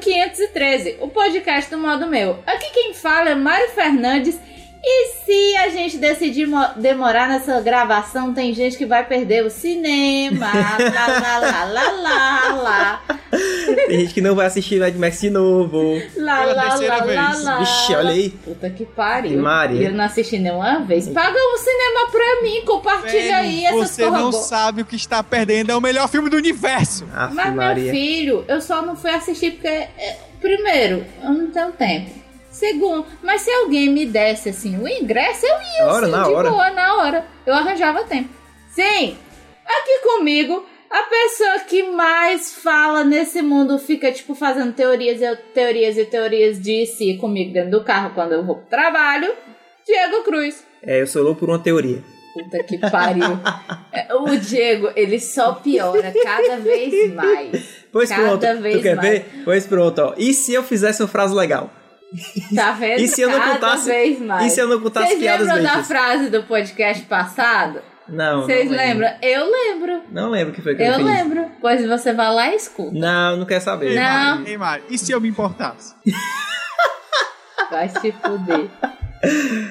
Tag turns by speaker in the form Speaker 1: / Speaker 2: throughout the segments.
Speaker 1: 213, o podcast do modo meu. Aqui quem fala é Mário Fernandes. E se a gente decidir mo- demorar nessa gravação, tem gente que vai perder o cinema. lá, lá, lá, lá, lá, lá,
Speaker 2: Tem gente que não vai assistir Mad Max de novo.
Speaker 1: lá,
Speaker 3: Pela
Speaker 1: lá,
Speaker 3: terceira
Speaker 1: lá, lá,
Speaker 3: vez.
Speaker 1: lá.
Speaker 2: Vixe, olha aí.
Speaker 1: Puta que pariu.
Speaker 2: Maria.
Speaker 1: E eu não assisti nenhuma vez. Paga um cinema pra mim, compartilha
Speaker 3: Velho,
Speaker 1: aí essas
Speaker 3: Você não
Speaker 1: bo-
Speaker 3: sabe o que está perdendo. É o melhor filme do universo.
Speaker 2: Aff,
Speaker 1: Mas meu
Speaker 2: Ah, Maria.
Speaker 1: filho, eu só não fui assistir porque, é, primeiro, eu não tenho tempo. Segundo, mas se alguém me desse assim o ingresso, eu ia
Speaker 2: Na hora,
Speaker 1: assim,
Speaker 2: na
Speaker 1: de
Speaker 2: hora.
Speaker 1: boa na hora. Eu arranjava tempo. Sim, aqui comigo, a pessoa que mais fala nesse mundo fica, tipo, fazendo teorias e teorias e teorias de si comigo dentro do carro quando eu vou pro trabalho, Diego Cruz.
Speaker 2: É, eu sou louco por uma teoria.
Speaker 1: Puta que pariu. É, O Diego, ele só piora cada vez mais.
Speaker 2: Pois
Speaker 1: Cada
Speaker 2: pronto.
Speaker 1: vez
Speaker 2: tu quer
Speaker 1: mais.
Speaker 2: ver? Pois pronto, ó. E se eu fizesse uma frase legal?
Speaker 1: Tá vendo?
Speaker 2: E se eu não
Speaker 1: Cada
Speaker 2: contasse-
Speaker 1: vez mais.
Speaker 2: E se eu não contasse
Speaker 1: Vocês
Speaker 2: piadas
Speaker 1: lembram da
Speaker 2: bestas?
Speaker 1: frase do podcast passado?
Speaker 2: Não,
Speaker 1: Vocês
Speaker 2: não lembro.
Speaker 1: lembram? Eu lembro.
Speaker 2: Não lembro o que foi que eu,
Speaker 1: Eu
Speaker 2: fiz.
Speaker 1: lembro. Pois você vai lá e escuta.
Speaker 2: Não, não quer saber.
Speaker 3: Ei,
Speaker 1: Não.
Speaker 3: Mário, ei, Mário, e se eu me importasse?
Speaker 1: Vai se fuder.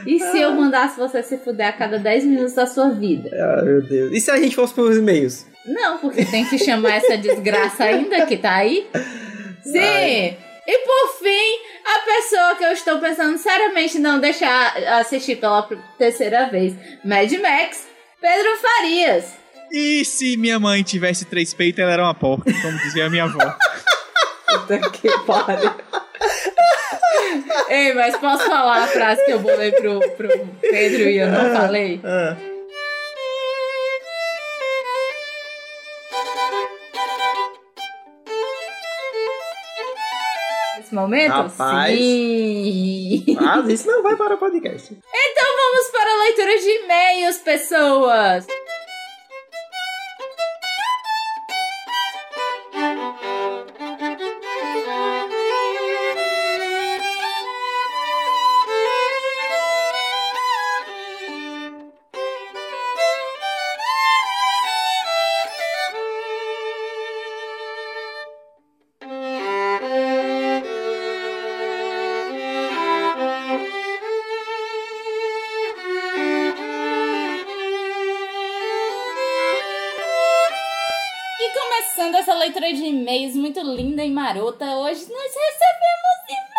Speaker 1: E se eu mandasse você se fuder a cada 10 minutos da sua vida?
Speaker 2: Ah, meu Deus. E se a gente fosse pelos e-mails?
Speaker 1: Não, porque tem que chamar essa desgraça ainda que tá aí. Sim! E por fim, a pessoa que eu estou pensando seriamente em não deixar assistir pela terceira vez, Mad Max, Pedro Farias.
Speaker 3: E se minha mãe tivesse três peitos, ela era uma porca, como dizia a minha avó.
Speaker 1: Puta que pariu. Ei, mas posso falar a frase que eu bolei pro, pro Pedro e eu não falei?
Speaker 2: Ah,
Speaker 1: Nesse momento?
Speaker 2: Rapaz.
Speaker 1: Sim.
Speaker 2: mas Ah, isso não vai para o podcast.
Speaker 1: Vamos para a leitura de e-mails, pessoas. E começando essa leitura de e-mails muito linda e marota, hoje nós recebemos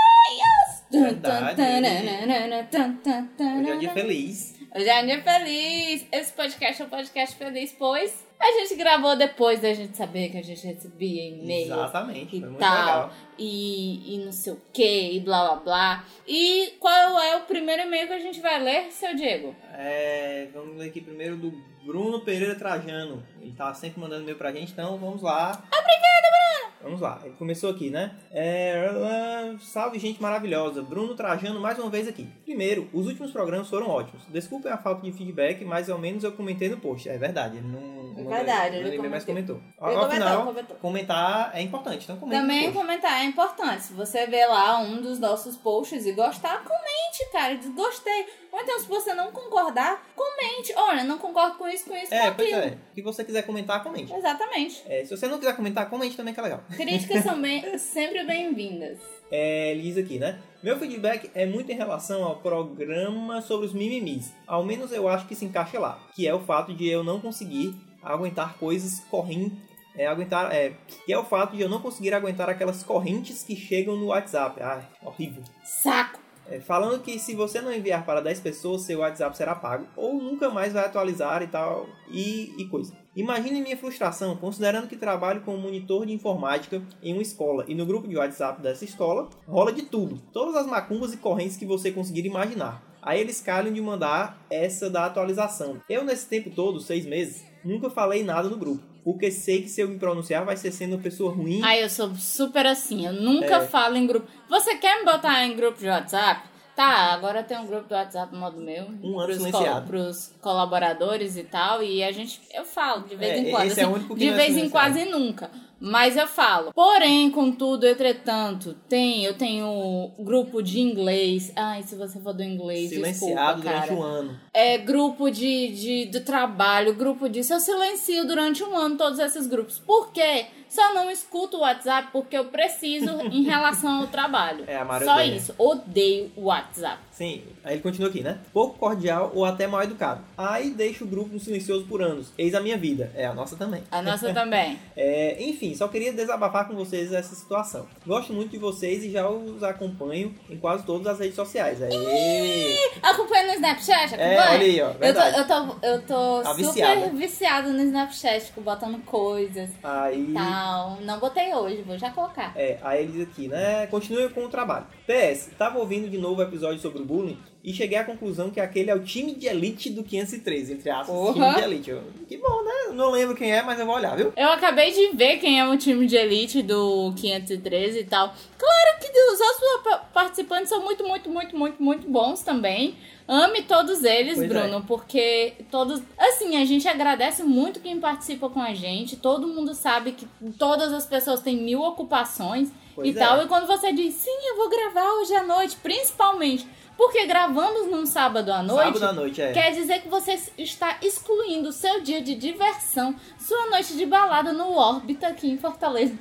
Speaker 1: e-mails!
Speaker 2: Verdade.
Speaker 1: Tantananana, tantananana.
Speaker 2: é um feliz.
Speaker 1: Hoje é um dia feliz! Esse podcast é um podcast feliz, pois a gente gravou depois da gente saber que a gente recebia e-mails
Speaker 2: Exatamente.
Speaker 1: e tal, e, e não sei o que, e blá blá blá. E qual é o primeiro e-mail que a gente vai ler, seu Diego?
Speaker 2: É, vamos ler aqui primeiro do Bruno Pereira Trajano. Ele tá sempre mandando e-mail pra gente, então vamos lá. Obrigada, Bruno! Vamos lá, ele começou aqui, né? É, ah, salve, gente maravilhosa. Bruno Trajano mais uma vez aqui. Primeiro, os últimos programas foram ótimos. Desculpem a falta de feedback, mas ao menos eu comentei no post. É verdade, ele não.
Speaker 1: É
Speaker 2: não-
Speaker 1: verdade,
Speaker 2: não
Speaker 1: ele
Speaker 2: lembrei, mas comentou. Ao,
Speaker 1: Ele
Speaker 2: ao
Speaker 1: comentou,
Speaker 2: final,
Speaker 1: comentou.
Speaker 2: comentar é importante, então comenta.
Speaker 1: Também
Speaker 2: no post.
Speaker 1: comentar é importante. Se você vê lá um dos nossos posts e gostar, comente, cara. Diz gostei. Ou então, se você não concordar, comente. Olha, não concordo com isso, com isso,
Speaker 2: É,
Speaker 1: com
Speaker 2: pois
Speaker 1: aquilo.
Speaker 2: é. Se você quiser comentar, comente.
Speaker 1: Exatamente.
Speaker 2: É, se você não quiser comentar, comente também que é legal.
Speaker 1: Críticas são bem- sempre bem-vindas.
Speaker 2: É, ele diz aqui, né? Meu feedback é muito em relação ao programa sobre os mimimis. Ao menos eu acho que se encaixa lá. Que é o fato de eu não conseguir aguentar coisas correntes. É, aguentar, é, que é o fato de eu não conseguir aguentar aquelas correntes que chegam no WhatsApp. Ah, horrível.
Speaker 1: Saco.
Speaker 2: É, falando que se você não enviar para 10 pessoas, seu WhatsApp será pago. Ou nunca mais vai atualizar e tal. E, e coisa. Imagine minha frustração, considerando que trabalho como monitor de informática em uma escola e no grupo de WhatsApp dessa escola rola de tudo, todas as macumbas e correntes que você conseguir imaginar. Aí eles calham de mandar essa da atualização. Eu, nesse tempo todo, seis meses, nunca falei nada no grupo, porque sei que se eu me pronunciar vai ser sendo uma pessoa ruim.
Speaker 1: Ai, eu sou super assim. Eu nunca
Speaker 2: É.
Speaker 1: falo em grupo. Você quer me botar em grupo de WhatsApp? Tá, agora tem um grupo do WhatsApp no modo meu.
Speaker 2: Um ano
Speaker 1: pros col-
Speaker 2: silenciado.
Speaker 1: Pros colaboradores e tal. E a gente... Eu falo de vez
Speaker 2: É,
Speaker 1: em quando. assim,
Speaker 2: esse é o único que
Speaker 1: De
Speaker 2: não é
Speaker 1: vez em
Speaker 2: silenciado.
Speaker 1: quase nunca. Mas eu falo. Porém, contudo, entretanto, tem, eu tenho grupo de inglês. Ai, se você for do inglês,
Speaker 2: silenciado
Speaker 1: desculpa,
Speaker 2: durante
Speaker 1: cara.
Speaker 2: um ano.
Speaker 1: É grupo de, de do trabalho, grupo disso. Eu silencio durante um ano todos esses grupos. Por quê? Só não escuto o WhatsApp porque eu preciso em relação ao trabalho.
Speaker 2: É, a Mara
Speaker 1: Só
Speaker 2: odeia.
Speaker 1: isso. Odeio o WhatsApp.
Speaker 2: Sim, aí ele continua aqui, né? Pouco cordial ou até mal educado. Aí deixa o grupo no silencioso por anos. Eis a minha vida. É, a nossa também.
Speaker 1: A nossa também.
Speaker 2: É, enfim, só queria desabafar com vocês essa situação. Gosto muito de vocês e já os acompanho em quase todas as redes sociais. Aê!
Speaker 1: Acompanha no Snapchat? Acompanha?
Speaker 2: É, olha aí, ó.
Speaker 1: Eu tô,
Speaker 2: Verdade.
Speaker 1: eu tô, eu tô
Speaker 2: Tá
Speaker 1: super
Speaker 2: viciada.
Speaker 1: viciada. no Snapchat, tipo, botando coisas e
Speaker 2: Aí.
Speaker 1: Tá. tal. Não botei hoje, vou já colocar.
Speaker 2: É, aí ele diz aqui, né? Continue com o trabalho. PS, tava ouvindo de novo o episódio sobre o bullying e cheguei à conclusão que aquele é o time de elite do 503, entre aspas,
Speaker 1: Porra.
Speaker 2: time de elite. Eu, que bom, né? Não lembro quem é, mas eu vou olhar, viu?
Speaker 1: Eu acabei de ver quem é o time de elite do 513 e tal. Claro que os outros pa- participantes são muito, muito, muito, muito, muito bons também. Ame todos eles,
Speaker 2: Pois é.
Speaker 1: Bruno, porque todos. Assim, a gente agradece muito quem participa com a gente. Todo mundo sabe que todas as pessoas têm mil ocupações.
Speaker 2: Pois
Speaker 1: e
Speaker 2: é.
Speaker 1: tal. E quando você diz, sim, eu vou gravar hoje à noite, principalmente porque gravamos num sábado à noite,
Speaker 2: Sábado à noite, é.
Speaker 1: quer dizer que você está excluindo o seu dia de diversão, sua noite de balada no órbita aqui em Fortaleza,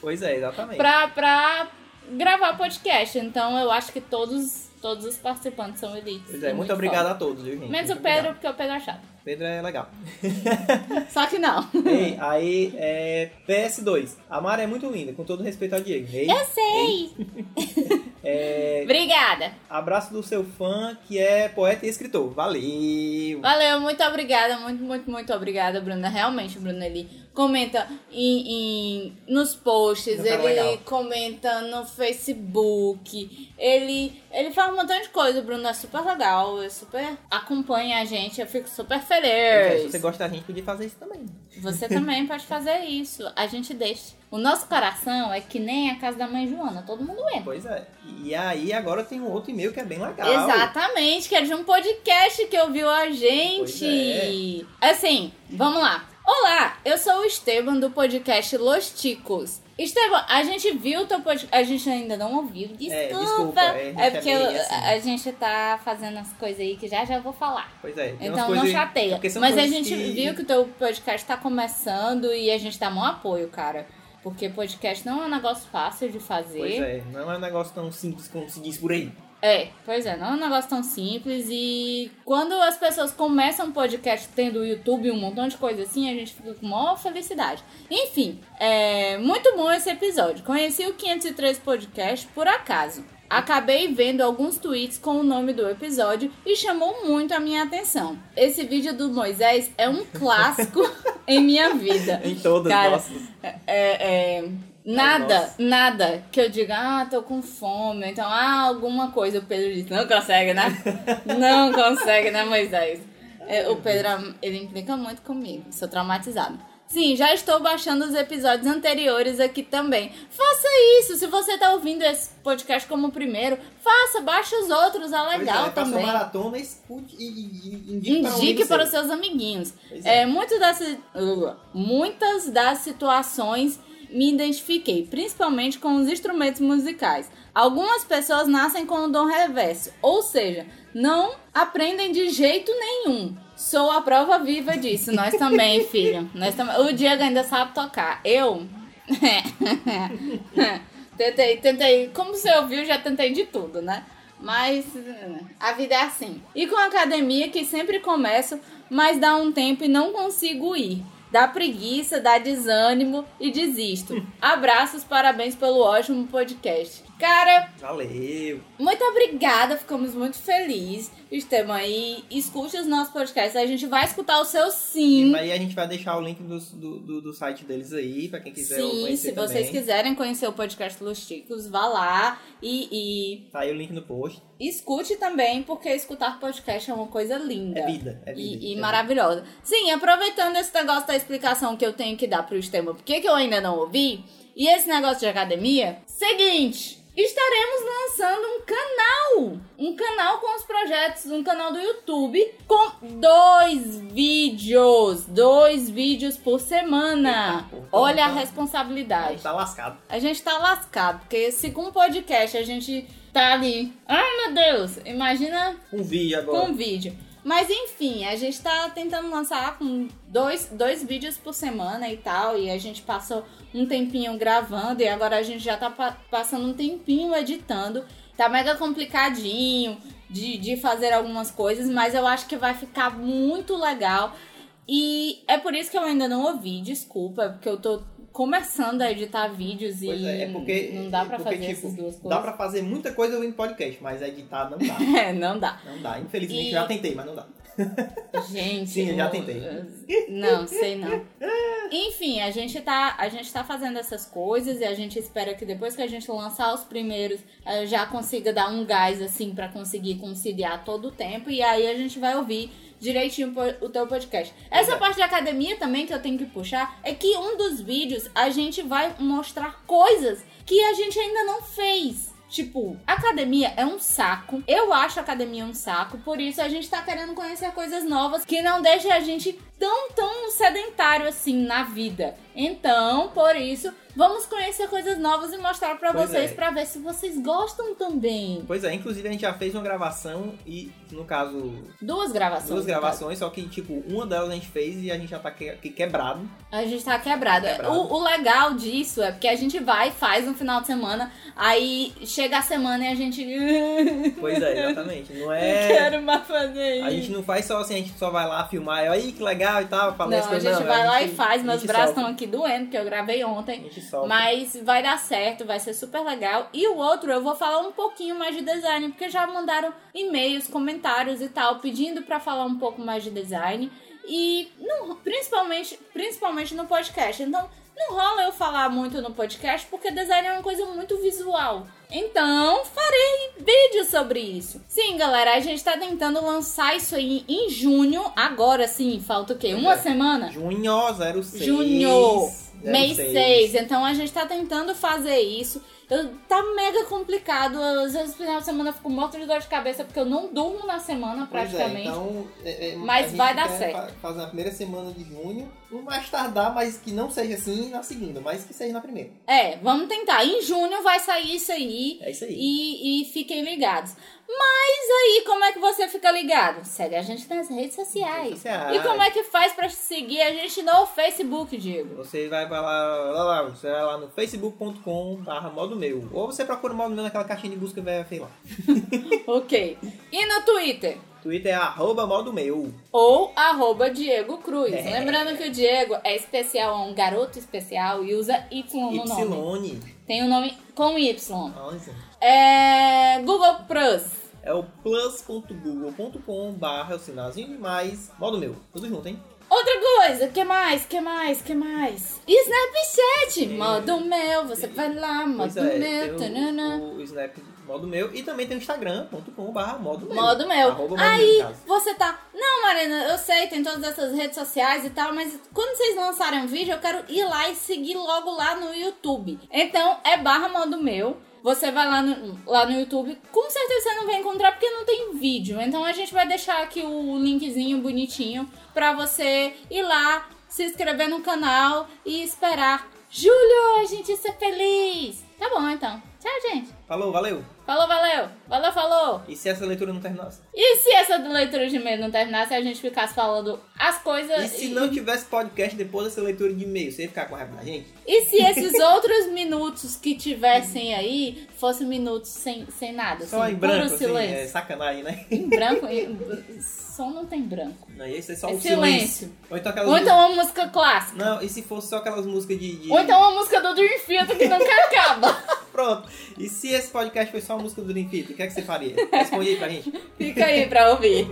Speaker 2: Pois é, exatamente.
Speaker 1: pra, pra gravar podcast. Então eu acho que todos, todos os participantes são elites.
Speaker 2: Pois
Speaker 1: e
Speaker 2: é, muito obrigado a todos, viu, gente?
Speaker 1: foda. Menos
Speaker 2: Muito
Speaker 1: o Pedro,
Speaker 2: obrigado.
Speaker 1: porque o Pedro é chato.
Speaker 2: Pedro é legal.
Speaker 1: Só que não.
Speaker 2: Ei, aí, é, PS2. A Mara é muito linda, com todo respeito ao Diego. Ei,
Speaker 1: Eu sei!
Speaker 2: É...
Speaker 1: Obrigada!
Speaker 2: abraço do seu fã, que é poeta e escritor. Valeu!
Speaker 1: Valeu, muito obrigada, muito, muito, muito obrigada, Bruna. Realmente, Bruna, ele comenta em, em- nos posts,
Speaker 2: Não tá
Speaker 1: ele
Speaker 2: legal.
Speaker 1: comenta no Facebook, ele, ele faz um montão de coisa, Bruna. É super legal, é super. Acompanha a gente, eu fico super
Speaker 2: Pois é, se
Speaker 1: feliz.
Speaker 2: você gosta da gente, podia fazer isso também.
Speaker 1: Você também pode fazer isso, a gente deixa. O nosso coração é que nem a casa da mãe Joana, todo mundo entra.
Speaker 2: Pois é. E aí, agora tem um outro e-mail que é bem legal.
Speaker 1: Exatamente, que é de um podcast que ouviu a gente.
Speaker 2: Pois é.
Speaker 1: Assim, vamos lá. Olá, eu sou o Esteban do podcast Los Ticos. Esteban, a gente viu teu podcast. A gente ainda não ouviu, desculpa.
Speaker 2: É, desculpa, é, a gente é
Speaker 1: porque
Speaker 2: meio
Speaker 1: eu-
Speaker 2: assim.
Speaker 1: a gente tá fazendo as coisas aí que já já eu vou falar.
Speaker 2: Pois é. tem umas
Speaker 1: Então não
Speaker 2: coisas- é
Speaker 1: chateia.
Speaker 2: porque são
Speaker 1: Mas a
Speaker 2: coisas
Speaker 1: gente
Speaker 2: que-
Speaker 1: viu que o teu podcast tá começando e a gente dá maior apoio, cara. Porque podcast não é um negócio fácil de fazer.
Speaker 2: Pois é, não é um negócio tão simples como se diz por aí.
Speaker 1: É, pois é, não é um negócio tão simples e quando as pessoas começam um podcast tendo o YouTube e um montão de coisa assim, a gente fica com maior felicidade. Enfim, é muito bom esse episódio. Conheci o 503 Podcast por acaso. Acabei vendo alguns tweets com o nome do episódio e chamou muito a minha atenção. Esse vídeo do Moisés é um clássico em minha vida.
Speaker 2: Em todas,
Speaker 1: Cara,
Speaker 2: nossas.
Speaker 1: É, é, nada,
Speaker 2: nossa.
Speaker 1: nada que eu diga, ah, tô com fome, então, ah, alguma coisa. O Pedro diz, não consegue, né? não consegue, né, Moisés? É, o Pedro, ele implica muito comigo, sou traumatizado. Sim, já estou baixando os episódios anteriores aqui também. Faça isso, se você tá ouvindo esse podcast como o primeiro, faça, baixa os outros, é
Speaker 2: Pois
Speaker 1: legal
Speaker 2: é, faça uma
Speaker 1: também.
Speaker 2: maratona, escute e, e- e indique, para um
Speaker 1: Indique
Speaker 2: amigo
Speaker 1: para os
Speaker 2: seu.
Speaker 1: seus amiguinhos.
Speaker 2: Pois é.
Speaker 1: É, muito das, uh, muitas das situações me identifiquei, principalmente com os instrumentos musicais. Algumas pessoas nascem com o dom reverso, ou seja, não aprendem de jeito nenhum. Sou a prova viva disso. Nós também, filho. Nós também. O Diego ainda sabe tocar. Eu. tentei, tentei. Como você ouviu, já tentei de tudo, né? Mas eh, a vida é assim. E com a academia, que sempre começo, mas dá um tempo e não consigo ir. Dá preguiça, dá desânimo e desisto. Abraços, parabéns pelo ótimo podcast. Cara,
Speaker 2: Valeu.
Speaker 1: muito obrigada, ficamos muito felizes, Esteban. E escute os nossos podcasts. A gente vai escutar o seu sim.
Speaker 2: Aí a gente vai deixar o link dos- do, do, do site deles aí, pra quem quiser
Speaker 1: Sim,
Speaker 2: conhecer
Speaker 1: se vocês
Speaker 2: também.
Speaker 1: quiserem conhecer o podcast Los Ticos, vá lá e,
Speaker 2: Tá aí o link no post.
Speaker 1: e escute também, porque escutar podcast é uma coisa linda.
Speaker 2: É vida, é vida.
Speaker 1: E, e
Speaker 2: É
Speaker 1: maravilhosa. Sim, aproveitando esse negócio da explicação que eu tenho que dar pro Esteban, porque que eu ainda não ouvi, e esse negócio de academia, seguinte, estaremos lançando um canal, um canal com os projetos, um canal do YouTube, com dois vídeos, dois vídeos por semana.
Speaker 2: Eita, porra,
Speaker 1: Olha a
Speaker 2: tá-
Speaker 1: responsabilidade.
Speaker 2: Tá lascado.
Speaker 1: A gente tá lascado, porque se com um podcast a gente tá ali, ai meu Deus, imagina
Speaker 2: Um vídeo agora.
Speaker 1: com vídeo. Mas enfim, a gente tá tentando lançar com dois, dois vídeos por semana e tal. E a gente passou um tempinho gravando e agora a gente já tá pa- passando um tempinho editando. Tá mega complicadinho de, de fazer algumas coisas, mas eu acho que vai ficar muito legal. E é por isso que eu ainda não ouvi, desculpa, porque eu tô começando a editar vídeos
Speaker 2: Pois
Speaker 1: e
Speaker 2: é, é porque-
Speaker 1: não dá pra
Speaker 2: porque,
Speaker 1: fazer
Speaker 2: tipo,
Speaker 1: essas duas
Speaker 2: Dá
Speaker 1: coisas.
Speaker 2: pra fazer muita coisa ouvindo podcast, mas editar não dá.
Speaker 1: É, não dá.
Speaker 2: Não dá. Infelizmente,
Speaker 1: E-
Speaker 2: já tentei, mas não dá.
Speaker 1: Gente.
Speaker 2: Sim, eu já
Speaker 1: o-
Speaker 2: tentei.
Speaker 1: Não, sei não. Enfim, a gente, tá, a gente tá fazendo essas coisas e a gente espera que depois que a gente lançar os primeiros, eh, já consiga dar um gás, assim, pra conseguir conciliar todo o tempo. E aí a gente vai ouvir direitinho po- o teu podcast. Essa
Speaker 2: Exato.
Speaker 1: parte da academia também que eu tenho que puxar é que um dos vídeos a gente vai mostrar coisas que a gente ainda não fez. Tipo, academia é um saco. Eu acho a academia um saco, por isso a gente tá querendo conhecer coisas novas que não deixem a gente tão, tão sedentário assim na vida. Então, por isso, vamos conhecer coisas novas e mostrar pra
Speaker 2: Pois
Speaker 1: vocês
Speaker 2: é.
Speaker 1: pra ver se vocês gostam também.
Speaker 2: Pois é, inclusive a gente já fez uma gravação e, no caso,
Speaker 1: Duas gravações.
Speaker 2: duas
Speaker 1: no
Speaker 2: gravações, só que, tipo, uma delas a gente fez e a gente já tá que- que- quebrado.
Speaker 1: A gente tá quebrado.
Speaker 2: Quebrado.
Speaker 1: O, o legal disso é porque a gente vai, faz no final de semana, aí chega a semana e a gente.
Speaker 2: Pois é, exatamente. Não
Speaker 1: Não
Speaker 2: é.
Speaker 1: quero mais fazer isso.
Speaker 2: A gente não faz só assim, a gente só vai lá filmar e aí que legal e tal, falar
Speaker 1: Não,
Speaker 2: as
Speaker 1: a
Speaker 2: coisas.
Speaker 1: gente
Speaker 2: não,
Speaker 1: vai lá
Speaker 2: gente-
Speaker 1: e faz.
Speaker 2: a
Speaker 1: Meus
Speaker 2: gente
Speaker 1: braços
Speaker 2: solta,
Speaker 1: estão aqui doendo, porque eu gravei ontem.
Speaker 2: A gente solta.
Speaker 1: Mas vai dar certo, vai ser super legal. E o outro, eu vou falar um pouquinho mais de design, porque já mandaram e-mails, comentários e tal, pedindo pra falar um pouco mais de design. E não, principalmente, principalmente no podcast. Então, não rola eu falar muito no podcast, porque design é uma coisa muito visual. Então, farei vídeo sobre isso. Sim, galera, a gente tá tentando lançar isso aí em junho. Agora sim, falta o quê? Uma
Speaker 2: É.
Speaker 1: semana?
Speaker 2: Junho 06.
Speaker 1: Junho,
Speaker 2: 06.
Speaker 1: Mês 6, então a gente tá tentando fazer isso. Eu, tá mega complicado. Às vezes no final de semana eu fico morta de dor de cabeça porque eu não durmo na semana
Speaker 2: Pois
Speaker 1: praticamente.
Speaker 2: É, então, é, é,
Speaker 1: Mas
Speaker 2: a gente
Speaker 1: vai dar
Speaker 2: quer
Speaker 1: certo.
Speaker 2: fa- Fazer na primeira semana de junho, no mais tardar, mas que não seja assim na segunda, mas que seja na primeira.
Speaker 1: É, vamos tentar. Em junho vai sair isso aí.
Speaker 2: É isso aí.
Speaker 1: E, e fiquem ligados. Mas aí, como é que você fica ligado? Segue a gente nas redes sociais. E como é que faz pra seguir a gente no Facebook, Diego?
Speaker 2: Você vai pra lá, lá, lá, você vai lá no facebook.com barra modo meu. Ou você procura o modo meu naquela caixinha de busca velha feia lá.
Speaker 1: ok. E no Twitter?
Speaker 2: Twitter é arroba modo meu.
Speaker 1: Ou arroba Diego Cruz.
Speaker 2: É.
Speaker 1: Lembrando que o Diego é especial, é um garoto especial e usa Y no nome.
Speaker 2: Ypsilone.
Speaker 1: Tem o um nome com Y.
Speaker 2: Nossa.
Speaker 1: É. Google Plus.
Speaker 2: É o plus.google.com barra o sinalzinho de mais modo meu. Tudo junto, hein?
Speaker 1: Outra coisa, que mais, que mais, que mais? E Snapchat,
Speaker 2: É.
Speaker 1: modo meu, você vai lá,
Speaker 2: Pois
Speaker 1: modo
Speaker 2: é,
Speaker 1: meu,
Speaker 2: tem
Speaker 1: tanana.
Speaker 2: o, o Snap modo meu e também tem o Instagram.com barra modo meu.
Speaker 1: Modo meu.
Speaker 2: Arroba modo meu,
Speaker 1: Aí
Speaker 2: no caso.
Speaker 1: você tá. Não, Marina, eu sei, tem todas essas redes sociais e tal, mas quando vocês lançarem um vídeo, eu quero ir lá e seguir logo lá no YouTube. Então é barra modo meu. Você vai lá no, lá no YouTube, com certeza você não vai encontrar porque não tem vídeo. Então a gente vai deixar aqui o linkzinho bonitinho pra você ir lá, se inscrever no canal e esperar. Julho, a gente ser feliz! Tá bom então. Tchau, gente.
Speaker 2: Falou, valeu.
Speaker 1: Falou, valeu. Valeu, falou.
Speaker 2: E se essa leitura não terminasse?
Speaker 1: E se essa do leitura de e-mail não terminasse, a gente ficasse falando as coisas.
Speaker 2: E se não tivesse podcast depois dessa leitura de e-mail, você ia ficar com raiva da gente?
Speaker 1: e se esses outros minutos que tivessem aí fossem minutos sem, sem nada?
Speaker 2: Só
Speaker 1: assim,
Speaker 2: em branco,
Speaker 1: puro
Speaker 2: assim,
Speaker 1: silêncio.
Speaker 2: é sacanagem, né?
Speaker 1: Em branco, em- só não tem branco.
Speaker 2: Não, e esse é só
Speaker 1: É
Speaker 2: o silêncio.
Speaker 1: silêncio.
Speaker 2: Ou então aquelas
Speaker 1: Ou então uma música
Speaker 2: músicas-
Speaker 1: clássica.
Speaker 2: Não, e se fosse só aquelas músicas de... de-
Speaker 1: Ou então uma música do Dream Theater que nunca acaba.
Speaker 2: Pronto. E se esse podcast foi só a música do Dream Theater, o que é que você faria? Responde aí pra gente.
Speaker 1: Fica aí pra ouvir.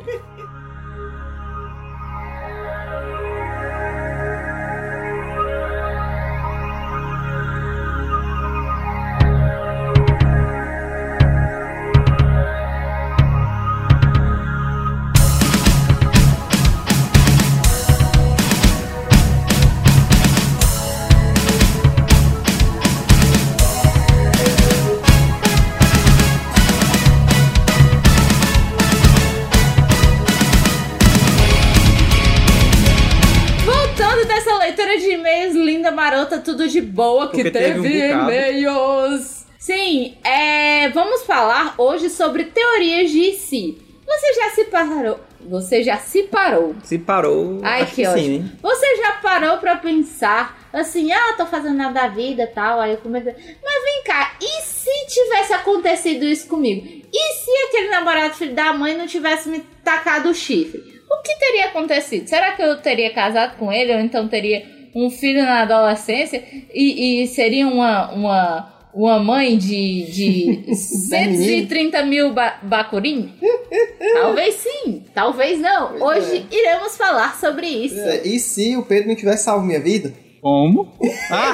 Speaker 1: Voltando dessa leitura de e-mails linda, marota, tudo de boa que
Speaker 2: Porque teve
Speaker 1: teve,
Speaker 2: um bocado.
Speaker 1: e-mails. Sim, é, vamos falar hoje sobre teorias de si. Você já se parou. Você já se parou.
Speaker 2: Se parou,
Speaker 1: Ai,
Speaker 2: acho
Speaker 1: que
Speaker 2: que, sim,
Speaker 1: ótimo.
Speaker 2: hein?
Speaker 1: Você já parou pra pensar assim, ah, eu tô fazendo nada da vida tal, aí eu começo. Mas vem cá, e se tivesse acontecido isso comigo? E se aquele namorado filho da mãe não tivesse me tacado o chifre? O que teria acontecido? Será que eu teria casado com ele ou então teria um filho na adolescência e, e seria uma, uma, uma mãe de,
Speaker 4: é
Speaker 1: de 130 mil ba bacurim? Talvez sim, talvez não.
Speaker 4: Pois
Speaker 1: Hoje iremos falar sobre isso.
Speaker 2: né?
Speaker 4: É, E se o Pedro não tivesse salvo minha vida?
Speaker 3: Como? Ah,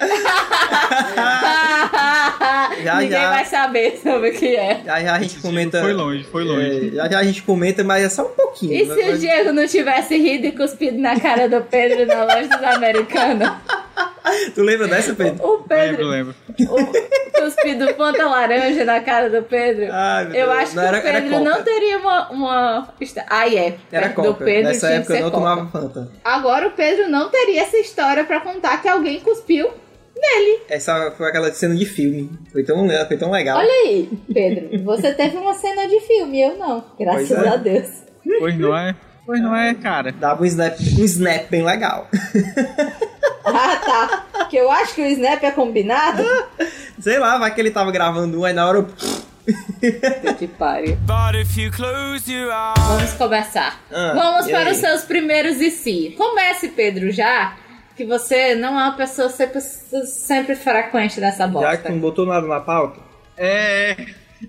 Speaker 2: Já,
Speaker 1: Ninguém
Speaker 2: já.
Speaker 1: vai saber sobre o que é.
Speaker 2: Já já a gente
Speaker 3: esse
Speaker 2: comenta.
Speaker 3: Diego Foi longe, foi longe.
Speaker 2: É, já já a gente comenta, mas é só um pouquinho.
Speaker 1: E se o
Speaker 2: Mas-
Speaker 1: Diego não tivesse rido e cuspido na cara do Pedro na loja dos americanos?
Speaker 2: Tu lembra dessa, Pedro?
Speaker 1: O
Speaker 3: Lembro,
Speaker 1: Pedro,
Speaker 3: lembro.
Speaker 1: o cuspido ponta laranja na cara do Pedro.
Speaker 2: Ai, meu
Speaker 1: Eu
Speaker 2: Deus.
Speaker 1: acho que o Pedro
Speaker 2: Coca.
Speaker 1: não teria uma. uma... histó- Ah, é.
Speaker 2: Era
Speaker 1: do
Speaker 2: Coca.
Speaker 1: Pedro
Speaker 2: Nessa
Speaker 1: tinha
Speaker 2: época
Speaker 1: que ser
Speaker 2: eu não
Speaker 1: Coca.
Speaker 2: tomava Fanta.
Speaker 1: Agora o Pedro não teria essa história pra contar que alguém cuspiu.
Speaker 2: Essa foi aquela cena de filme. Foi tão, foi tão legal.
Speaker 1: Olha aí, Pedro, você teve uma cena de filme, eu não. Graças
Speaker 2: Pois é.
Speaker 1: a Deus.
Speaker 3: Pois não é? Pois não é, cara.
Speaker 2: Dava um snap, um snap bem legal.
Speaker 1: Ah, tá. Que eu acho que o Snap é combinado.
Speaker 2: Sei lá, vai que ele tava gravando um, aí na hora eu...
Speaker 1: Que pariu.
Speaker 5: But if you close your eyes.
Speaker 1: Vamos começar.
Speaker 2: Ah,
Speaker 1: Vamos
Speaker 2: e
Speaker 1: para
Speaker 2: aí?
Speaker 1: os seus primeiros e si. Comece, Pedro, já. Que você não é uma pessoa sempre, sempre frequente nessa
Speaker 2: Já
Speaker 1: bosta.
Speaker 2: que tu não botou nada na pauta.
Speaker 3: É.